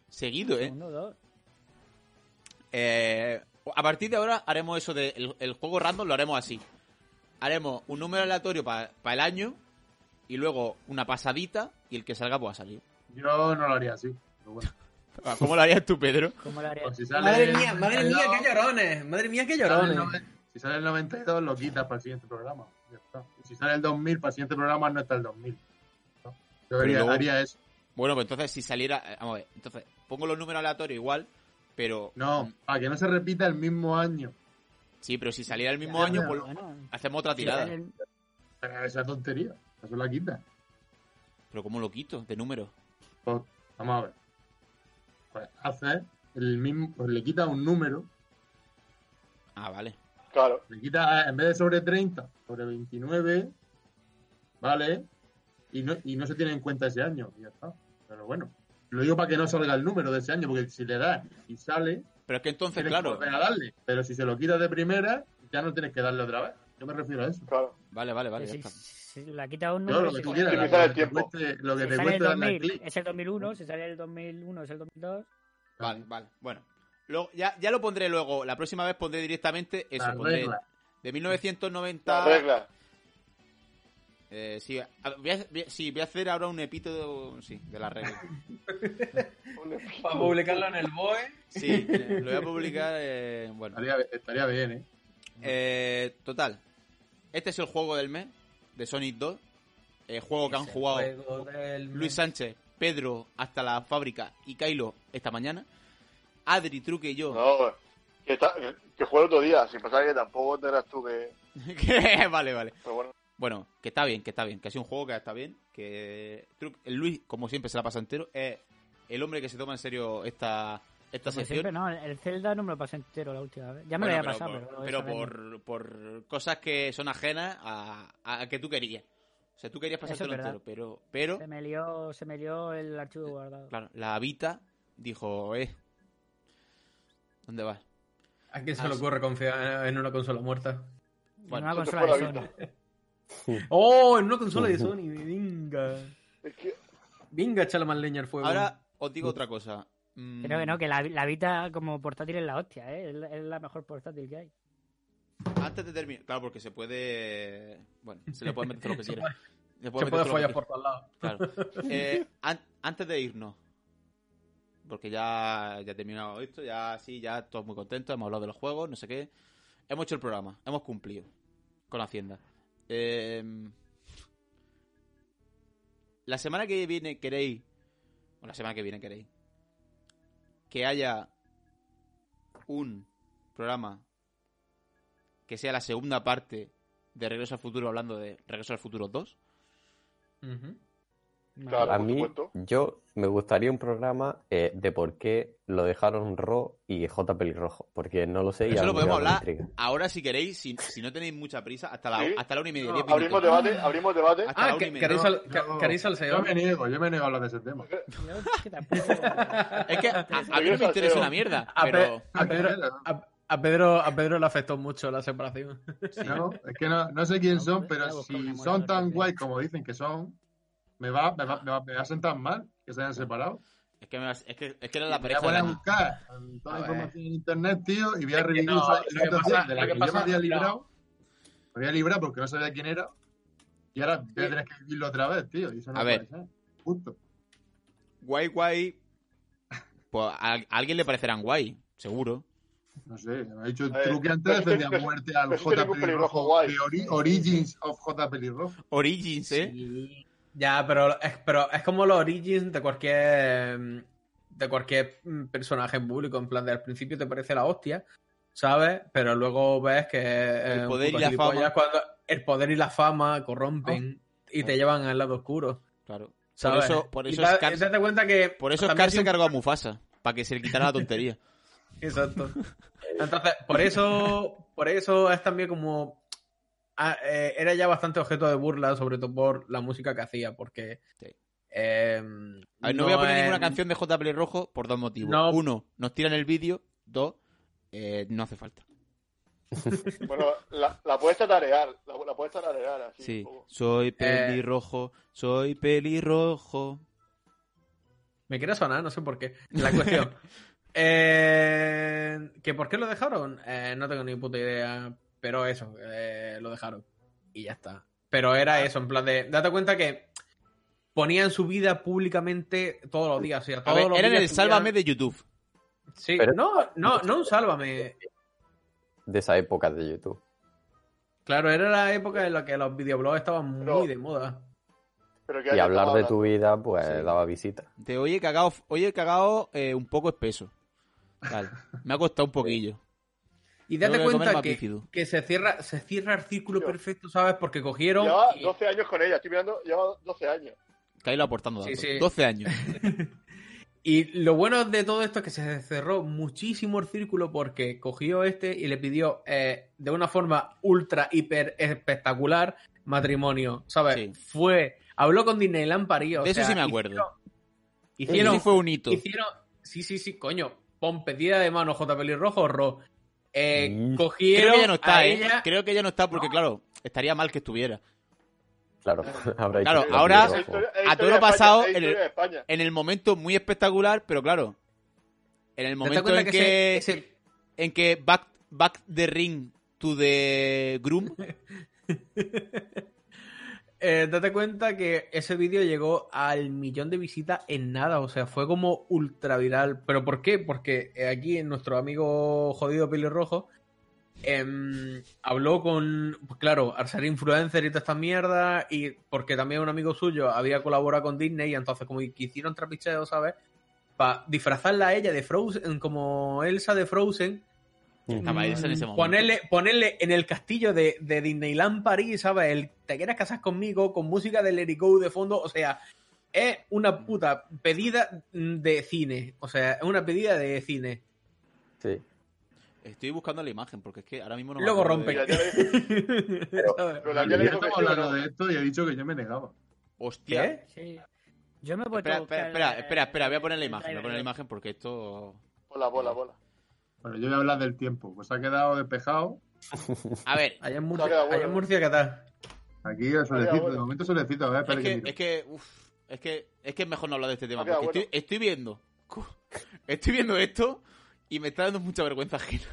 Seguido, ¿eh?
Uno, dos.
Eh, a partir de ahora haremos eso de el, el juego random, lo haremos así. Haremos un número aleatorio para el año y luego una pasadita y el que salga pues a salir.
Yo no lo haría así. pero bueno.
Eh,
Ah, ¿Cómo lo harías tú, Pedro?
¿Cómo lo haré?
Pues si sale
Madre mía, madre
el
mía,
no-
qué llorones. Madre mía, qué
eh.
sale el
llorones.
noven- Si sale el 92, lo quitas para el siguiente programa. Ya está. Y Si sale el 2000, para el siguiente programa no está el 2000. ¿no? Yo haría,
luego-
haría eso.
Bueno, pues entonces si saliera... eh, Vamos a ver, entonces pongo los números aleatorios igual, pero...
No, para que no se repita el mismo año.
Sí, pero si saliera el mismo
Ya,
año,
ya.
pues
Bueno,
hacemos otra tirada.
el-
Pero esa tontería. Eso la quita.
Pero ¿cómo lo quito? De número.
Pues, vamos a ver. Pues hace el mismo. Pues le quita un número.
Ah, vale.
Claro.
Le quita, en vez de sobre 30, sobre 29. ¿Vale? Y no, y no se tiene en cuenta ese año. Y ya está. Pero bueno. Lo digo para que no salga el número de ese año, porque si le das y sale,
Pero es que entonces,
tienes que
claro...
volver a darle. Pero si se lo quitas de primera, ya no tienes que darle otra vez. Yo me refiero a eso.
Claro.
Vale, vale, vale. ya
si-
está.
si la quita un
Yo
número.
lo que
si este
tú
sale-
quieras,
Sí,
lo
que
que
sale el
te
tiempo.
cueste- lo que
si
te
sale el
cueste darle
2000,
clic.
es el 2001, si sale el 2001, es el 2002.
Vale, vale. Bueno, Luego- ya, ya lo pondré luego. La próxima vez pondré directamente eso.
Las
pondré
reglas.
de
La
1990.
regla.
Eh, sí, a- voy a, voy a- sí, voy a hacer ahora un epíteto sí, de la regla.
Para publicarlo en el BOE.
Sí, eh, lo voy a publicar. eh, bueno,
Estaría, estaría bien, ¿eh?
Eh, total. Este es el juego del mes de Sonic 2. El juego que han jugado
Juego del
Luis Sánchez, Pedro hasta la fábrica y Kylo esta mañana. Adri, Truque y yo.
No, que, está, que, que jugué el otro día. Si pasaba que tampoco te eras tú que.
Que- vale, vale.
Pero bueno,
Bueno, que está bien, que está bien, que ha sido un juego que está bien, que Truc- el Luis, como siempre, se la pasa entero, es el hombre que se toma en serio esta, esta
Como
sección.
siempre, no, el Zelda no me lo pasé entero la última vez. Ya me
Bueno,
lo había pasado,
pero, por, pero
pero. lo esta vez no.
por, por cosas que son ajenas a, a que tú querías. O sea, tú querías
Eso es
pasártelo
verdad.
entero, pero, pero
Se me, lió, se me lió el archivo guardado.
claro, la Vita dijo, eh, ¿dónde vas?
¿A quién se
Ah,
le
sí.
ocurre confiar en una consola muerta?
En
Bueno,
una
eso te
consola
fue
de
la
Sony.
¡Oh! En una consola de Sony. Venga.
es que.
Venga, échale más leña al fuego.
Ahora os digo otra cosa. Mm,
Pero que no, que la, la Vita como portátil es la hostia, ¿eh? es, la- es la mejor portátil que hay.
Antes de terminar, claro, porque se puede, bueno, se le puede meter todo lo que
Se
quiera.
puede-
Le puede meter
se puede
todo lo que
follar
quiera.
por todos lados.
Claro. Eh, an- antes de irnos, porque ya, ya he terminado esto, ya sí, ya todos muy contentos, hemos hablado de los juegos, no sé qué. Hemos hecho el programa, hemos cumplido con Hacienda. Eh, la semana que viene queréis, o la semana que viene queréis, que haya un programa que sea la segunda parte de Regreso al Futuro hablando de Regreso al Futuro 2.
Ujú.
Claro,
a
por
mí,
supuesto.
yo me gustaría un programa eh, de por qué lo dejaron Ro y J Pelirrojo, porque no lo sé y
Eso
a
lo
mí me da
podemos
una
hablar
intriga.
ahora si queréis, si, si no tenéis mucha prisa, hasta la,
Sí.
hasta la una y media,
No,
diez
Abrimos
minutos.
debate, abrimos debate.
Hasta la
Ah,
una y
que-
media.
queréis al-
No,
ca- queréis
Yo
salseo.
me niego, yo me niego a hablar de ese tema.
Yo es que tampoco.
Es que a, a mí no me interesa una mierda,
A, Pe-
pero...
a Pedro,
Pero-
a- A Pedro, a Pedro le afectó mucho la separación.
No, es que no, no sé quién son, pero si son tan guay como dicen que son, me va, me va, me va, me va a sentar mal que se hayan separado.
Es que, me vas- es que, es que era la
Voy a
pareja
poner
del
a
año.
buscar mm, toda
A
la
ver.
información en internet, tío, y voy a
Es que
revivir
no,
esa-
lo
esa
que pasa-
situación de
lo
la
que
que yo
pasa-
me había
no.
librado. Me había librado porque no sabía quién era. Y ahora voy a tener que vivirlo otra vez, tío. Y eso no
A
puede
ver.
ser. Justo.
Guay, guay. Pues a, a alguien le parecerán guay, seguro.
No sé, me ha dicho
A ver,
Truque
pero
antes
eso-
defendía
pero-
muerte al
pero eso
J
tiene un pelirrojo
Pelirrojo.
guay.
The ori- Origins of J Pelirrojo.
Origins, ¿eh?
Ya, pero es, pero es como los origins de cualquier mm, de cualquier mm, personaje en público. En plan, de al principio te parece la hostia, ¿sabes? Pero luego ves que
El
eh, un
poder y
puto
la
gilipollas
fama.
cuando el poder y la fama corrompen y te llevan al lado oscuro.
Claro. Oh. Por
¿sabes?
eso, por eso
y da-
Scar,
y date cuenta que
por eso
también
Scar se
tiene-
cargó a Mufasa, para que se le quitara la tontería.
Exacto. Entonces, por eso, por eso es también como. ah, eh, era ya bastante objeto de burla, sobre todo por la música que hacía, porque.
Sí.
eh,
A ver, no, voy a poner
es-
ninguna canción de J. Rojo por dos motivos.
No.
Uno, nos tiran el vídeo. Dos, eh, no hace falta.
Bueno, la, la puedes tararear, la, la puedes tararear así. un
Sí.
poco.
Eh.
Soy pelirrojo, soy pelirrojo.
Me quiere sonar, no sé por qué. La cuestión. Eh, ¿Que por qué lo dejaron? Eh, no tengo ni puta idea. Pero eso, eh, lo dejaron. Y ya está. Pero
Ah.
era eso, en plan de. Date cuenta que ponían su vida públicamente todos los días. O sea,
A
todos
ver,
los
eran
días
el
subían-
sálvame de YouTube.
Sí,
Pero-
no, no, no un sálvame.
de esa época de YouTube.
Claro, era la época en la que los videoblogs estaban muy
Pero-
de moda.
Pero que
Y
alguien
hablar
estaba
de tu vida, pues
Sí.
daba visita.
Te oye cagado, oye cagado eh, un poco espeso. Vale. Me ha costado un poquillo.
Y date
Tengo que comer
cuenta
más
que,
bífido.
que se cierra, se cierra el círculo
Yo-
perfecto, ¿sabes? Porque cogieron.
Llevaba
y-
12 años con ella, estoy mirando, llevaba 12 años.
Caílo aportando
Sí,
datos.
sí.
12 años.
Y lo bueno de todo esto es que se cerró muchísimo el círculo porque cogió este y le pidió eh, de una forma ultra, hiper espectacular matrimonio, ¿sabes?
Sí.
Fue, habló con Disneyland París. o
De eso
sea,
sí me acuerdo.
Hicieron,
Ese fue un hito.
Hicieron. Sí, sí, sí, coño. Pon pedida de mano J. Pelirrojo, Ro. Eh,
Mm.
Cogieron.
Creo que ya no
a
está, ¿eh?
ella-
Creo que ya no está porque, claro, estaría mal que estuviera.
Claro, habrá
Claro,
hecho-
ahora-
Es historia- es
Ah, A
historia
todo lo
de España,
pasado
es
en el-
historia de España.
En el momento muy espectacular, pero claro. En el
¿Te das
momento
cuenta
en que,
que ese- ese-
en que back, back the ring to the groom.
Eh, date cuenta que ese vídeo llegó al millón de visitas en nada, o sea, fue como ultra viral. ¿Pero por qué? Porque eh, aquí nuestro amigo jodido pelirrojo em, habló con, pues claro, al ser influencer y toda esta mierda, y porque también un amigo suyo había colaborado con Disney, y entonces como que hicieron trapicheo, ¿sabes? Para disfrazarla a ella de Frozen, como Elsa de Frozen,
Estaba Elsa en ese momento.
Ponerle, ponerle en el castillo de, de Disneyland París, ¿sabes? El te quieras casar conmigo con música de Let It Go de fondo, o sea, es una puta pedida de cine, o sea, es una pedida de cine.
Sí.
Estoy buscando la imagen porque es que ahora mismo no me
Luego
acuerdo
rompe.
de-
Pero ya le dije-
¿Sabes?
pero la
Yo
tía le dijo
estaba
que sí o
hablando
no.
de esto y he dicho que yo me negaba.
Hostia.
¿Qué?
Sí. Yo me he puesto
Espera,
a buscar
espera, espera,
la-
espera, espera, voy a poner la
eh, el
imagen, voy a poner la
trailer.
imagen porque esto...
Bola, bola, bola.
Bueno, yo voy a hablar del tiempo. Pues ha quedado despejado.
A ver,
Allá en
No queda
Murcia,
bueno.
allá en Murcia, ¿qué tal?
Aquí el
Vaya,
solecito, de
bueno.
momento solecito, a ver,
es
espera que, Ah,
que,
miro.
es que, uf, es que, es que es mejor no hablar de este tema
Había
porque
bueno.
estoy, estoy viendo, estoy viendo esto y me está dando mucha vergüenza ajena.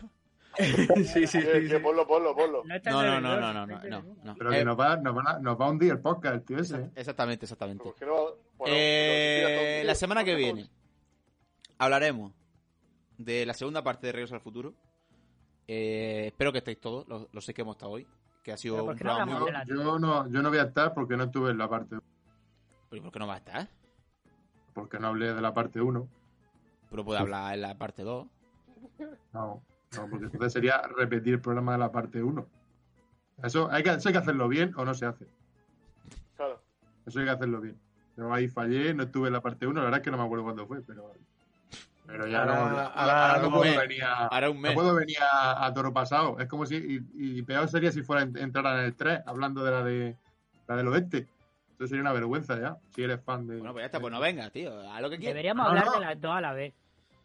sí, sí, sí.
Eh, que
sí.
ponlo, ponlo, ponlo.
No, está en
No, no,
trailer,
no, no, no,
está
no,
en
no,
trailer.
no.
Pero que
Eh,
nos va, nos, van a- nos va a hundir el podcast, el tío ese. ¿eh?
Exactamente, exactamente.
Porque no- bueno,
Eh,
pero-
la semana que viene hablaremos de la segunda parte de Regreso al Futuro. Eh, espero que estéis todos, los, los seis que hemos estado hoy, que ha sido
Pero ¿por
un
qué no
programa muy
hablamos
Yo,
de la-
yo no, yo no voy a estar porque no estuve en la parte
¿Pero por qué no va a estar?
porque no hablé de la parte 1.
Pero puede hablar en la parte 2.
No, no, porque entonces sería repetir el programa de la parte 1. Eso hay que, eso hay que hacerlo bien o no se hace.
Claro.
Eso hay que hacerlo bien. Yo ahí fallé, no estuve en la parte 1, la verdad es que no me acuerdo cuándo fue, pero. Pero ya
Ahora-
no.
ahora-
ahora no
ahora
puedo
un mes.
venir a.
Ahora un
No
mes.
puedo venir a, a toro pasado. Es como si. Y, y peor sería si fuera entrar en el 3, hablando de la de la del oeste. Eso sería una vergüenza ya, si eres fan de.
pues Bueno, pues ya está, pues no venga, tío. A lo que quieras.
Deberíamos
No,
hablar
no.
de las dos a la vez.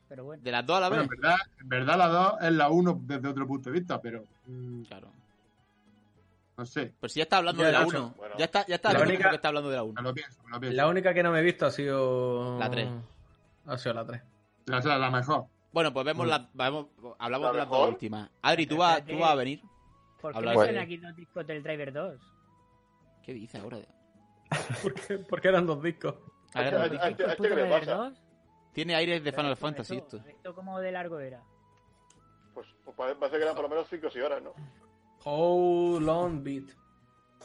pero bueno.
De las dos a la
Bueno,
vez.
en verdad, en verdad la 2 es la 1 desde otro punto de vista, pero mm,
Claro.
no sé.
Pero si ya está hablando
Ya,
de la
macho,
1.
bueno.
Ya está, ya está
La
hablando
única-
que está hablando de la 1.
Me lo pienso, me lo pienso.
La única que no me he visto ha sido.
La tres.
Ha sido la 3.
La, la, la mejor.
Bueno, pues vemos las. vemos- hablamos
La
de las dos
mejor.
últimas. Adri, tú vas, tú vas a venir.
¿Por qué
Hablar
no
de-
están aquí dos discos del Driver 2?
¿Qué dices ahora?
¿Por qué? Porque eran dos discos.
A ver,
Ah,
Adri,
ah, este-
¿Discos
este
puto
que le
Driver
pasa.
2?
Tiene aires de Final
Esto-
Fantasy
esto-
esto.
¿Esto cómo de largo era?
Pues, pues parece que eran por lo menos 5 o 6 horas, ¿no?
How long beat.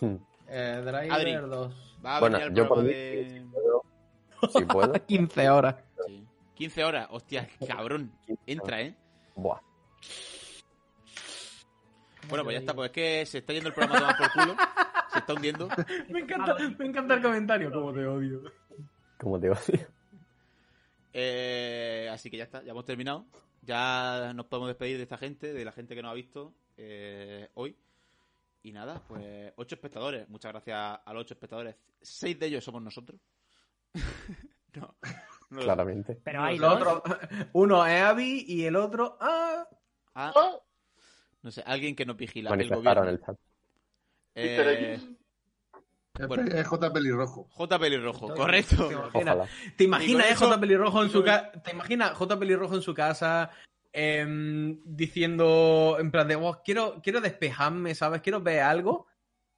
Hmm.
Eh, Driver
Adri.
2.
Va a
Bueno,
venir al
yo por
programa
mí,
de.
Si puedo.
15 horas.
Sí. 15 horas. Hostia, cabrón. Entra, ¿eh?
Buah.
Bueno, pues ya está. Pues es que se está yendo el programa a tomar por culo. Se está hundiendo.
Me encanta, me encanta el comentario. Como te odio.
Como te odio.
Eh, así que ya está, ya hemos terminado. Ya nos podemos despedir de esta gente, de la gente que nos ha visto eh, hoy. Y nada, pues ocho espectadores. Muchas gracias a los ocho espectadores. Seis de ellos somos nosotros. no, no lo sé.
Claramente.
Pero hay
Lo
dos.
otro- uno es Abby y el otro. ¡Ah!
Ah, no sé, alguien que nos vigila. El
Manifestaron
gobierno.
el chat.
Easter
Eh,
eggs.
Es,
Bueno.
pe- es J pelirrojo.
J. Pelirrojo, correcto.
Sí, bueno.
Ojalá.
¿Te
Y con
imaginas, eh,
eso-
J. Pelirrojo en
y
su
con-
casa? ¿Te imaginas J. Pelirrojo en su casa em, diciendo, en plan de, "Oh, quiero, quiero despejarme, ¿sabes? Quiero ver algo.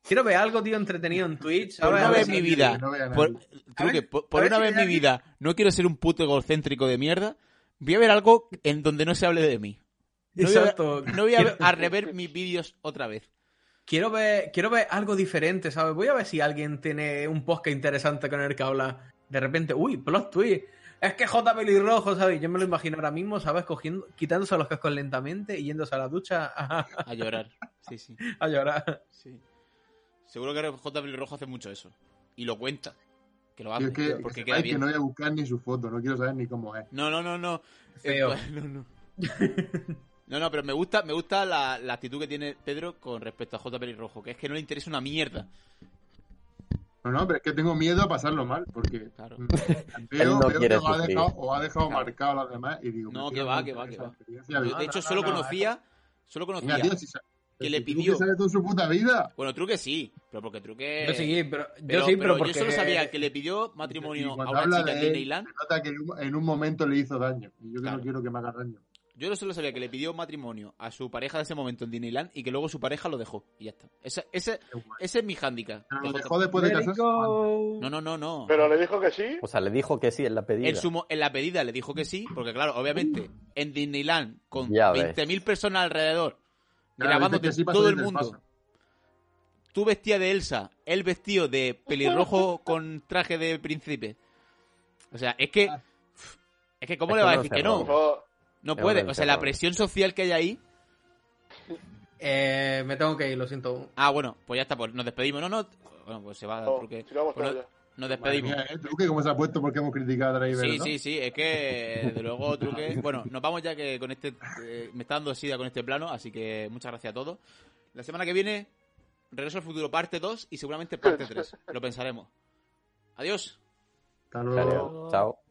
Quiero ver algo, tío, entretenido en Twitch,
Por
¿sabes?
una
A ver
vez
si-
en mi vida,
no vea
por,
nadie.
creo
A ver-
que por, por
a ver
una
si
vez en mi
hay
vida, no quiero ser un puto egocéntrico de mierda. Voy a ver algo en donde no se hable de mí. No voy a-
Exacto.
No voy a, ver- a rever mis vídeos otra vez.
Quiero ver, quiero ver algo diferente, ¿sabes? Voy a ver si alguien tiene un podcast interesante con el que hablar. De repente, uy, plot twist. Es que J. Pelirrojo, ¿sabes? Yo me lo imagino ahora mismo, ¿sabes? Cogiendo, quitándose los cascos lentamente y yéndose a la ducha a,
A llorar. Sí, sí,
a llorar.
sí. Seguro que ahora J. Rojo hace mucho eso. Y lo cuenta. Que lo
Yo
hace.
es que,
porque
que
queda
sepáis
bien.
que no voy a buscar ni su foto, no quiero saber ni cómo es.
No, no, no, no.
Feo.
Eh, No, no. No, no, pero me gusta, me gusta la, la actitud que tiene Pedro con respecto a J. Rojo, que es que no le interesa una mierda.
No, no, pero es que tengo miedo a pasarlo mal, porque
Claro.
mm,
Él
veo,
no
veo
quiere
que os ha
sufrir.
dejado, os ha dejado
Claro.
marcado a los demás y digo...
No,
me
que
quiero
va, que
contar
va, que
esa
va.
experiencia
Yo,
vital.
de hecho,
no,
solo
no,
conocía. Solo conocía.
Venga, tío, si sa-
que
el
le
tipo
pidió-
sabe toda su puta vida.
Bueno, Truque sí, pero porque Truque.
Yo sí, pero,
Eh, Pero,
yo sí, pero,
pero
porque...
yo solo sabía que le pidió matrimonio
Y
a
cuando
una
habla
chica en
de él,
Disneyland.
Se nota que en un- en un momento le hizo daño. Y yo que
Claro.
no quiero que me haga daño.
Yo solo sabía que le pidió matrimonio a su pareja de ese momento en Disneyland y que luego su pareja lo dejó. Y ya está. Ese, ese,
Qué guay.
ese es mi hándicap.
Pero
de
lo
J-
dejó después de casarse.
No, no, no, no.
Pero le dijo que sí.
O sea, le dijo que sí en la pedida.
En, su mo- en la pedida le dijo que sí, porque claro, obviamente, en Disneyland, con
Ya ves.
20.000 personas alrededor,
Claro,
grabándote
dice que sí pasó
todo el
desde el
mundo,
paso.
tú vestida de Elsa, él vestido de pelirrojo con traje de príncipe. O sea, es
Ah.
que... Es que ¿cómo
Es
le
que
va a
no
decir que
se
no?
Por favor.
No
Es
puede.
un
O sea, la
encerrón.
presión social que hay ahí.
Eh, me tengo que ir, lo siento.
Ah, bueno, pues ya está, pues nos despedimos. No, no. Bueno, pues se va a
Oh,
porque.
sigamos
pues
con
no-
ella.
nos
Madre
despedimos.
mía, ¿eh? Truque, ¿cómo se ha puesto porque hemos criticado a Driver,
Sí,
¿no?
sí, sí, es que desde luego truque. Bueno, nos vamos ya que con este eh, me está dando sida con este plano, así que muchas gracias a todos. La semana que viene, regreso al futuro parte 2 y seguramente parte 3. Lo pensaremos. Adiós.
Hasta
Claro.
luego.
Chao.